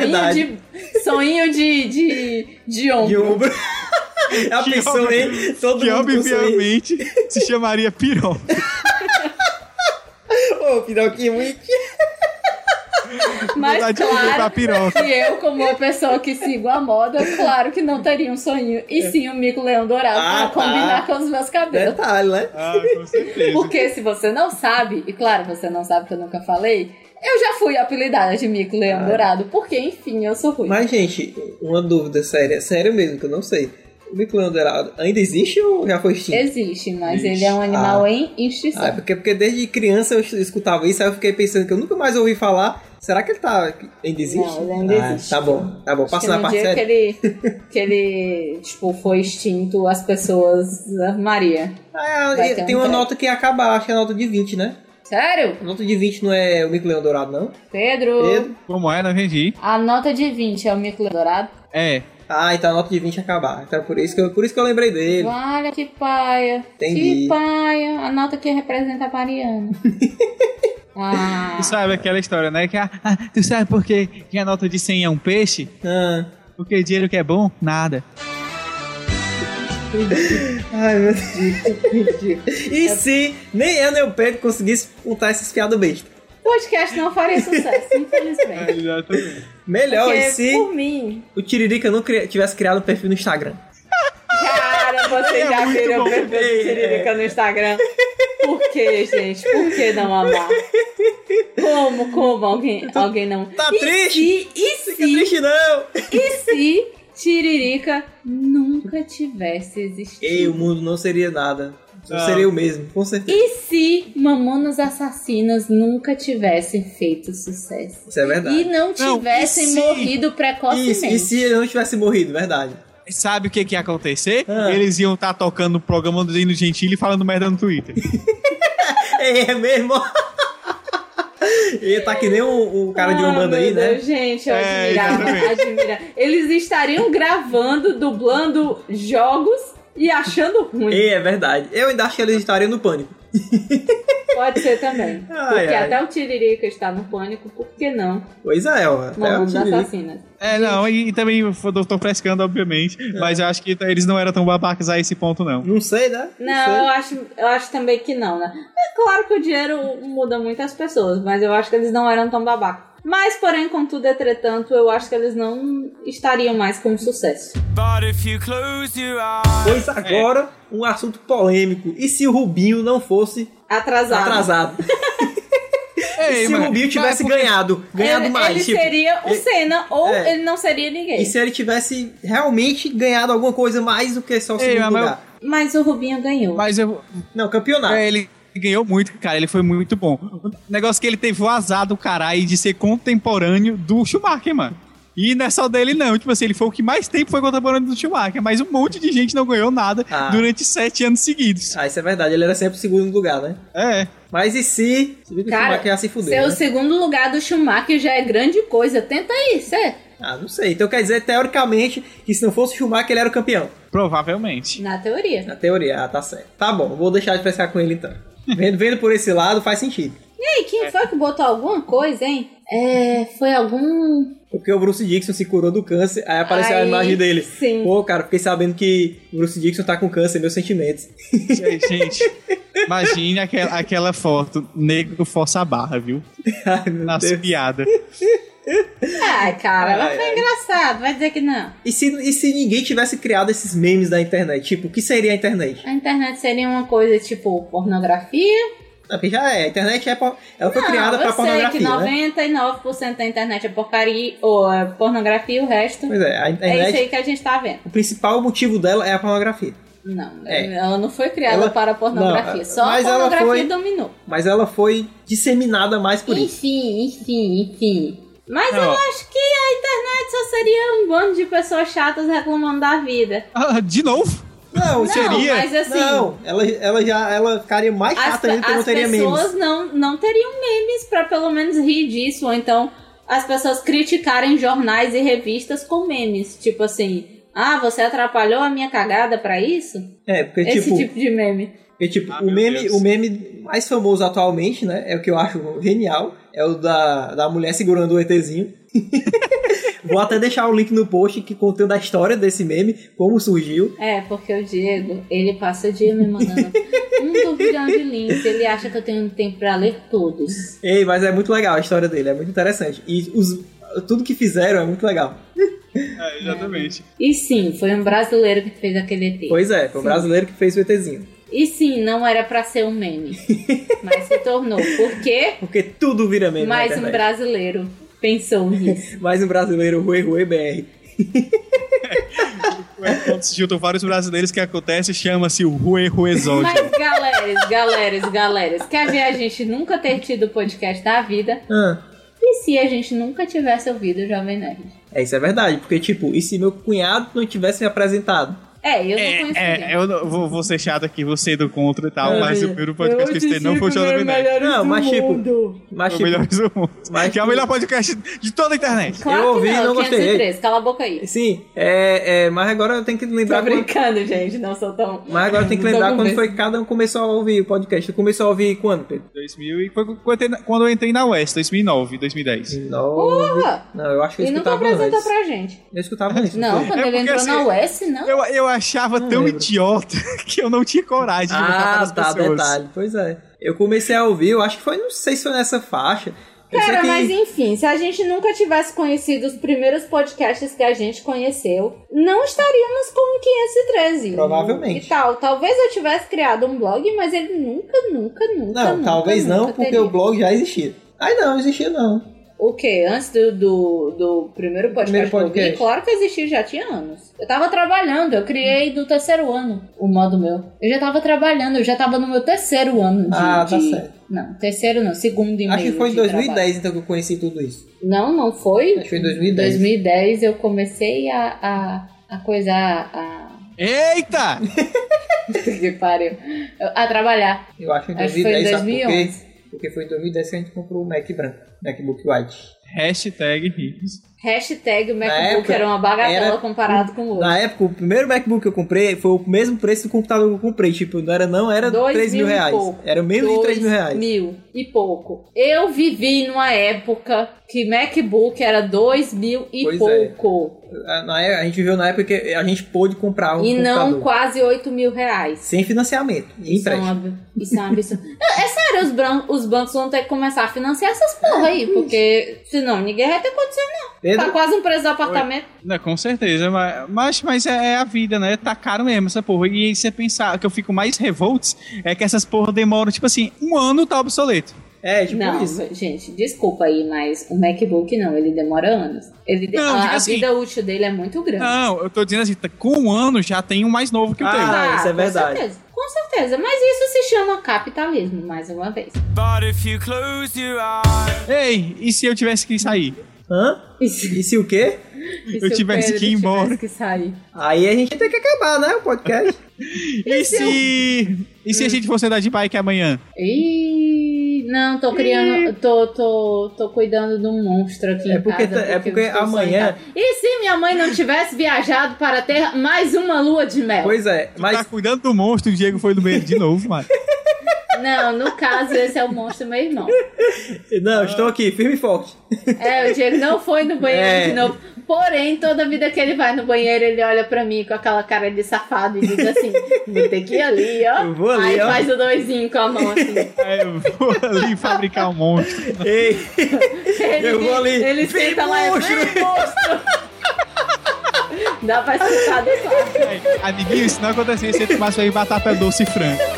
Speaker 1: de.
Speaker 2: verdade.
Speaker 1: Sonho de. de, de
Speaker 2: De um
Speaker 1: ombro.
Speaker 2: ombro. Já pensou,
Speaker 3: homem-
Speaker 2: hein? Todo
Speaker 3: que
Speaker 2: mundo com sorriso.
Speaker 3: obviamente se chamaria Piron.
Speaker 2: Ô, Pinocchio, muito.
Speaker 1: Mas
Speaker 2: um
Speaker 3: Mudar de nome pra
Speaker 1: claro.
Speaker 3: Piron.
Speaker 1: E eu, como uma pessoa que sigo a moda, claro que não teria um sonho. E sim um mico leão dourado
Speaker 2: Ah,
Speaker 1: pra
Speaker 2: tá.
Speaker 1: combinar com os meus cabelos.
Speaker 2: Detalhe, né?
Speaker 3: Ah, com certeza.
Speaker 1: Porque se você não sabe, e claro, você não sabe que eu nunca falei, eu já fui apelidada de mico leão dourado, porque enfim, eu sou ruim.
Speaker 2: Ah. Mas, gente, uma dúvida séria, sério mesmo, que eu não sei. O Michelin Dourado ainda existe ou já foi extinto?
Speaker 1: Existe, mas
Speaker 3: Ixi,
Speaker 1: ele é um animal
Speaker 2: ah.
Speaker 1: em extinção.
Speaker 2: Ah, é porque, porque desde criança eu escutava isso, aí eu fiquei pensando que eu nunca mais ouvi falar. Será que ele tá. Ainda existe?
Speaker 1: Não, ele ainda
Speaker 2: Ah,
Speaker 1: existe.
Speaker 2: Tá bom, tá bom.
Speaker 1: Acho que
Speaker 2: Passa na
Speaker 1: no
Speaker 2: parte
Speaker 1: dia que
Speaker 2: séria.
Speaker 1: ele, que ele, tipo, foi extinto, as pessoas... Maria.
Speaker 2: Ah,
Speaker 1: Vai
Speaker 2: é,
Speaker 1: ter
Speaker 2: tem
Speaker 1: um
Speaker 2: uma
Speaker 1: treco.
Speaker 2: nota que acaba, acho que é a nota de 20, né?
Speaker 1: Sério?
Speaker 2: A nota de 20 não é o Michelin Dourado, não?
Speaker 1: Pedro?
Speaker 2: Pedro?
Speaker 3: Como é, não entendi.
Speaker 1: A nota de 20 é o mico leão dourado?
Speaker 3: É.
Speaker 2: Ah, então a nota de 20 acabar. Então por isso que eu, por isso que eu lembrei dele.
Speaker 1: Olha que paia.
Speaker 2: Entendi.
Speaker 1: Que paia. A nota que representa a Mariana. ah.
Speaker 3: Tu sabe aquela história, né? Que, ah, ah, tu sabe por que que a nota de 100 é um peixe?
Speaker 2: Ah.
Speaker 3: Porque dinheiro que é bom, nada.
Speaker 2: Ai, meu Deus. E se nem Ana e o Pedro conseguisse contar essas piadas besta?
Speaker 1: O podcast não faria sucesso, infelizmente.
Speaker 3: É, exatamente.
Speaker 2: Melhor,
Speaker 1: Porque,
Speaker 2: e se
Speaker 1: por mim.
Speaker 2: o Tiririca não cri- tivesse criado um perfil no Instagram?
Speaker 1: Cara, vocês
Speaker 3: É
Speaker 1: já
Speaker 3: muito
Speaker 1: viram o
Speaker 3: bom,
Speaker 1: perfil do
Speaker 2: bem,
Speaker 1: Tiririca no Instagram. Por que, gente? Por que não amar? Como, como alguém,
Speaker 3: Então-
Speaker 1: alguém não.
Speaker 2: Tá
Speaker 1: e
Speaker 2: triste?
Speaker 1: Se, e
Speaker 2: Fica
Speaker 1: se,
Speaker 2: triste, não!
Speaker 1: e se Tiririca nunca tivesse existido?
Speaker 2: Ei, o mundo não seria nada. Não,
Speaker 3: Não.
Speaker 2: seria o mesmo, com certeza.
Speaker 1: E se Mamonas Assassinas nunca tivessem feito sucesso?
Speaker 2: Isso é
Speaker 1: E
Speaker 2: verdade.
Speaker 1: não
Speaker 3: Não,
Speaker 1: tivessem
Speaker 3: e se-
Speaker 1: morrido
Speaker 2: Isso,
Speaker 1: precocemente?
Speaker 2: e se ele não tivesse morrido, verdade.
Speaker 3: Sabe o que, que ia acontecer?
Speaker 2: Ah.
Speaker 3: Eles iam estar tocando o programa do Dino Gentili e falando merda no Twitter.
Speaker 2: Ei, é mesmo? Ele tá que nem o, o cara de uma
Speaker 1: Ah,
Speaker 2: banda
Speaker 1: meu
Speaker 2: aí, né?
Speaker 1: Deus, Gente, eu
Speaker 3: É,
Speaker 1: admirava,
Speaker 3: exatamente.
Speaker 1: admirava. Eles estariam gravando, dublando jogos e achando ruim.
Speaker 2: Ei, é verdade. Eu ainda acho que eles estariam no pânico.
Speaker 1: Pode ser também.
Speaker 2: Ai,
Speaker 1: porque
Speaker 2: ai.
Speaker 1: até o Tiririca está no pânico, por que não?
Speaker 2: Pois é, ó. Até o
Speaker 1: Mamonas
Speaker 2: Tiririca.
Speaker 1: Assassinas.
Speaker 3: É, não, e, e também eu tô frescando, obviamente,
Speaker 2: É.
Speaker 3: mas eu acho que eles não eram tão babacas a esse ponto, não.
Speaker 2: Não sei, né?
Speaker 1: Não, eu acho,
Speaker 2: sei.
Speaker 1: eu acho também que não, né? É claro que o dinheiro muda muitas pessoas, mas eu acho que eles não eram tão babacas. Mas, porém, contudo, entretanto, eu acho que eles não estariam mais com sucesso.
Speaker 9: But if you close your eyes,
Speaker 2: Pois agora, um assunto polêmico. E se o Rubinho não fosse
Speaker 1: Atrasado.
Speaker 2: atrasado?
Speaker 3: Ei,
Speaker 2: e se
Speaker 3: mano,
Speaker 2: o Rubinho
Speaker 3: mas
Speaker 2: tivesse
Speaker 3: é porque-
Speaker 2: ganhado? Ganhado
Speaker 1: ele,
Speaker 2: mais,
Speaker 1: Ele
Speaker 2: tipo.
Speaker 1: seria o
Speaker 2: ele-
Speaker 1: Senna ou
Speaker 2: é.
Speaker 1: ele não seria ninguém.
Speaker 2: E se ele tivesse realmente ganhado alguma coisa mais do que só o
Speaker 3: Ei,
Speaker 2: segundo
Speaker 3: mas-
Speaker 2: lugar?
Speaker 1: Mas o Rubinho ganhou.
Speaker 3: Mas eu,
Speaker 2: Não, campeonato.
Speaker 3: é, ele ganhou muito, cara. Ele foi muito bom. O negócio é que ele teve o azar do caralho de ser contemporâneo do Schumacher, mano. E não é só dele, não. Tipo assim, ele foi o que mais tempo foi contemporâneo do Schumacher. Mas um monte de gente não ganhou nada
Speaker 2: Ah.
Speaker 3: durante sete anos seguidos.
Speaker 2: Ah, isso é verdade. Ele era sempre o segundo lugar, né?
Speaker 3: É.
Speaker 2: Mas e se... Você viu que o
Speaker 1: Cara,
Speaker 2: Schumacher ia se fuder,
Speaker 1: Ser o
Speaker 2: né?
Speaker 1: segundo lugar do Schumacher já é grande coisa. Tenta aí, Cê.
Speaker 2: Ah, não sei. Então quer dizer, teoricamente, que se não fosse o Schumacher, ele era o campeão.
Speaker 3: Provavelmente.
Speaker 1: Na teoria.
Speaker 2: Na teoria, ah, tá certo. Tá bom, vou deixar de pensar com ele então. Vendo, vendo por esse lado, faz sentido.
Speaker 1: E aí, quem foi que botou alguma coisa, hein? É, foi algum.
Speaker 2: Porque o Bruce Dixon se curou do câncer, aí apareceu a
Speaker 1: Aí,
Speaker 2: imagem dele.
Speaker 1: sim.
Speaker 2: Pô, cara, fiquei sabendo que o Bruce Dixon tá com câncer, meus sentimentos.
Speaker 3: gente, imagine aquela, aquela foto. Negro força a barra, viu?
Speaker 2: Ai, meu
Speaker 3: Na
Speaker 2: Deus.
Speaker 3: piada.
Speaker 1: Ai, cara, mas
Speaker 2: Ai,
Speaker 1: foi
Speaker 2: ai.
Speaker 1: engraçado. Vai dizer que não.
Speaker 2: E se, e se ninguém tivesse criado esses memes da internet? Tipo, o que seria a internet?
Speaker 1: A internet seria uma coisa tipo pornografia.
Speaker 2: Ah, porque já é, a internet é por- ela foi
Speaker 1: não,
Speaker 2: criada pra
Speaker 1: eu sei que
Speaker 2: pornografia, né?
Speaker 1: 99% da internet é porcaria ou é pornografia e o resto.
Speaker 2: Pois é, a
Speaker 1: É isso
Speaker 2: internet,
Speaker 1: aí que a gente tá vendo.
Speaker 2: o principal motivo dela é a pornografia.
Speaker 1: Não,
Speaker 2: É.
Speaker 1: ela não foi criada
Speaker 2: Ela-
Speaker 1: para pornografia.
Speaker 2: não,
Speaker 1: só a
Speaker 2: mas ela
Speaker 1: pornografia
Speaker 2: foi-
Speaker 1: dominou.
Speaker 2: Mas ela foi disseminada mais por isso.
Speaker 1: Enfim, enfim, enfim. Mas
Speaker 3: Não.
Speaker 1: eu acho que a internet só seria um bando de pessoas chatas reclamando da vida.
Speaker 3: Ah, de novo?
Speaker 2: Não,
Speaker 1: não,
Speaker 3: seria?
Speaker 1: mas assim,
Speaker 2: Não, ela, ela já ela ficaria mais
Speaker 1: as,
Speaker 2: chata ainda porque
Speaker 1: as
Speaker 2: Ah, não teria
Speaker 1: pessoas
Speaker 2: memes.
Speaker 1: não, não teriam memes pra pelo menos rir disso, ou então as pessoas criticarem jornais e revistas com memes. Tipo assim, ah, você atrapalhou a minha cagada pra isso?
Speaker 2: É, porque
Speaker 1: Esse
Speaker 2: tipo,
Speaker 1: tipo de meme.
Speaker 2: porque, tipo,
Speaker 3: Ah,
Speaker 2: o,
Speaker 3: meu
Speaker 2: meme,
Speaker 3: Deus.
Speaker 2: o meme mais famoso atualmente, né? É o que eu acho genial. É o da, da mulher segurando o ETzinho. Vou até deixar o link no post que contando a história desse meme, como surgiu.
Speaker 1: É, porque o Diego, ele passa o dia me mandando um turbilhão de links. Ele acha que eu tenho um tempo pra ler todos.
Speaker 2: Ei, mas é muito legal a história dele, é muito interessante. E os, tudo que fizeram é muito legal.
Speaker 3: É, exatamente.
Speaker 1: E sim, foi um brasileiro que fez aquele ET.
Speaker 2: Pois é, foi o brasileiro que fez o ETzinho.
Speaker 1: E sim, não era pra ser um meme, mas se tornou. Por quê?
Speaker 2: Porque tudo vira meme. na
Speaker 1: Mais um
Speaker 2: internet.
Speaker 1: brasileiro pensou nisso.
Speaker 2: Mais um brasileiro, Rui Rui BR.
Speaker 3: é Quando se juntam vários brasileiros, o que acontece chama-se o Rue Ruezódio.
Speaker 1: Mas galeras, galeras, galeras, quer ver a gente nunca ter tido o podcast da vida?
Speaker 2: Ah.
Speaker 1: E se a gente nunca tivesse ouvido o Jovem Nerd?
Speaker 2: É, isso é verdade, porque, tipo, e se meu cunhado não tivesse me apresentado?
Speaker 1: É, eu não conheço ninguém.
Speaker 3: É, eu não- vou, vou ser chato aqui, vou ser do contra e tal,
Speaker 2: É,
Speaker 3: mas
Speaker 2: eu-
Speaker 3: o primeiro podcast que eu escutei não foi o Jovem Nerd.
Speaker 2: Não, mas, tipo, mas,
Speaker 3: Foi o
Speaker 2: tipo,
Speaker 3: melhor do mundo.
Speaker 2: Mas
Speaker 3: que é o
Speaker 2: tipo-
Speaker 3: melhor podcast de toda a internet.
Speaker 1: Claro
Speaker 2: eu ouvi
Speaker 1: que
Speaker 2: e
Speaker 1: não,
Speaker 2: não gostei.
Speaker 1: 513, cala a boca aí.
Speaker 2: sim, é, é, mas agora eu tenho que lembrar...
Speaker 1: Tô
Speaker 2: quando-
Speaker 1: brincando, gente, não sou tão...
Speaker 2: tá mas agora eu tenho que
Speaker 1: Tô
Speaker 2: lembrar
Speaker 1: com
Speaker 2: quando
Speaker 1: medo.
Speaker 2: foi que cada um começou a ouvir o podcast. Tu começou a ouvir quando, Pedro?
Speaker 3: 2000 e foi quando eu entrei na- quando eu entrei na West, 2009, 2010.
Speaker 2: Nove...
Speaker 1: Porra!
Speaker 2: Não, eu acho que eu
Speaker 1: E nunca
Speaker 2: escutava
Speaker 1: apresentou
Speaker 2: antes.
Speaker 1: pra gente.
Speaker 2: Eu escutava antes.
Speaker 1: Não,
Speaker 2: foi?
Speaker 1: quando
Speaker 3: É
Speaker 1: ele
Speaker 3: porque,
Speaker 1: entrou na
Speaker 3: assim,
Speaker 1: US, não.
Speaker 3: Eu, eu achava
Speaker 2: Não
Speaker 3: tão
Speaker 2: lembro.
Speaker 3: idiota que eu não tinha coragem de botar para
Speaker 2: Ah,
Speaker 3: as
Speaker 2: tá,
Speaker 3: pessoas.
Speaker 2: detalhe. Pois é. Eu comecei a ouvir, eu acho que foi, não sei se foi nessa faixa. Eu sei
Speaker 1: Cara,
Speaker 2: que...
Speaker 1: mas enfim, se a gente nunca tivesse conhecido os primeiros podcasts que a gente conheceu, não estaríamos com 513.
Speaker 2: Provavelmente.
Speaker 1: E tal. Talvez eu tivesse criado um blog, mas ele nunca, nunca, nunca.
Speaker 2: Não,
Speaker 1: nunca,
Speaker 2: talvez
Speaker 1: então nunca
Speaker 2: não, porque
Speaker 1: teria.
Speaker 2: o blog já existia. Ai, não, existia não.
Speaker 1: O quê? Antes do, do, do primeiro podcast
Speaker 2: Primeiro
Speaker 1: que eu vi?
Speaker 2: podcast.
Speaker 1: Claro que existia, já tinha anos. Eu tava trabalhando, eu criei do terceiro ano o modo meu. Eu já tava trabalhando, eu já tava no meu terceiro ano de...
Speaker 2: Ah, tá
Speaker 1: de-
Speaker 2: certo.
Speaker 1: Não, terceiro não, segundo e
Speaker 2: Acho
Speaker 1: meio
Speaker 2: que foi em
Speaker 1: de
Speaker 2: 2010
Speaker 1: trabalho.
Speaker 2: então que eu conheci tudo isso.
Speaker 1: Não, não foi?
Speaker 2: Acho que foi em
Speaker 1: Em
Speaker 2: 2010.
Speaker 1: 2010 eu comecei a, a, a coisar a.
Speaker 3: Eita!
Speaker 1: que pariu. A trabalhar.
Speaker 2: Eu acho que em
Speaker 1: Acho que foi em
Speaker 2: 2010, sabe por quê?
Speaker 1: 2011.
Speaker 2: Porque foi em 2010 que a gente comprou o Mac branco, MacBook White.
Speaker 3: Hashtag ricos.
Speaker 1: Hashtag o
Speaker 2: Na
Speaker 1: MacBook
Speaker 2: época,
Speaker 1: era uma bagatela
Speaker 2: era-
Speaker 1: comparado com o outro.
Speaker 2: Na época, o primeiro MacBook que eu comprei foi o mesmo preço do computador que eu comprei. Tipo, não era não, era
Speaker 1: Dois
Speaker 2: 3 mil
Speaker 1: mil e
Speaker 2: reais.
Speaker 1: pouco.
Speaker 2: Era menos de 3 mil reais.
Speaker 1: mil e pouco. Eu vivi numa época que MacBook era dois mil e
Speaker 2: Pois é.
Speaker 1: pouco.
Speaker 2: A, na época- a gente viveu na época que a gente pôde comprar um
Speaker 1: e
Speaker 2: computador.
Speaker 1: não quase oito mil reais.
Speaker 2: Sem financiamento, em
Speaker 1: Isso é, um
Speaker 2: empréstimo.
Speaker 1: ab- isso é um absurdo. Não, é sério, os, bran- os bancos vão ter que começar a financiar essas porra aí, porque se não, ninguém vai ter condição, não.
Speaker 2: Pedro?
Speaker 1: Tá quase um preço do apartamento.
Speaker 3: Não, Né, com certeza, mas, mas, mas é, é a vida, né? Tá caro mesmo essa porra. E aí você pensar, o que eu fico mais revoltos é que essas porra demoram, tipo assim, um ano tá obsoleto.
Speaker 2: É, tipo
Speaker 1: não,
Speaker 2: isso.
Speaker 1: gente, desculpa aí, mas o MacBook não, ele demora anos. Ele de-
Speaker 3: Não,
Speaker 1: a,
Speaker 3: diga
Speaker 1: a
Speaker 3: assim-
Speaker 1: vida útil dele é muito grande.
Speaker 3: Não, eu tô dizendo assim, tá- com um ano já tem um mais novo que o
Speaker 2: Ah,
Speaker 3: teu.
Speaker 2: isso é
Speaker 1: Com
Speaker 2: verdade.
Speaker 1: certeza, com certeza. Mas isso se chama capitalismo, mais uma vez.
Speaker 9: But if you close your eyes,
Speaker 3: Ei, e se eu tivesse que sair?
Speaker 2: Hã?
Speaker 1: E se,
Speaker 2: E se o quê?
Speaker 1: e se
Speaker 3: Eu
Speaker 1: o
Speaker 3: tivesse
Speaker 1: Pedro
Speaker 3: que ir embora.
Speaker 1: tivesse que sair?
Speaker 2: Aí a gente tem que acabar, né? O podcast.
Speaker 3: E se. E se a gente fosse andar de bike amanhã?
Speaker 1: Ih, não, tô criando. Tô, tô, tô cuidando de um monstro aqui.
Speaker 2: É
Speaker 1: em
Speaker 2: porque
Speaker 1: casa,
Speaker 2: tá- é porque
Speaker 1: eu estou
Speaker 2: amanhã-
Speaker 1: solitária. E se minha mãe não tivesse viajado para ter mais uma lua de mel?
Speaker 2: pois é,
Speaker 3: Mas... Tá
Speaker 2: mas
Speaker 3: cuidando do monstro, o Diego foi no meio de novo, mano.
Speaker 1: Não, no caso, esse é o monstro meu irmão.
Speaker 2: não, estou aqui firme e forte.
Speaker 1: É, o Diego não foi no banheiro
Speaker 2: É.
Speaker 1: de novo. Porém, toda vida que ele vai no banheiro, ele olha pra mim com aquela cara de safado e diz assim: vou ter que ir ali, ó.
Speaker 2: Eu vou ali,
Speaker 1: Aí
Speaker 2: ó.
Speaker 1: faz o doizinho com a mão assim.
Speaker 3: É, eu vou ali fabricar um monstro.
Speaker 2: Ei,
Speaker 1: Ele,
Speaker 2: Eu vou ali.
Speaker 1: Ele
Speaker 2: Vem,
Speaker 1: senta lá e
Speaker 2: monstro!
Speaker 1: "Vem, monstro! Dá pra sentar de lado.
Speaker 3: Amiguinho, se não acontecer, você tomasse aí batata doce e frango.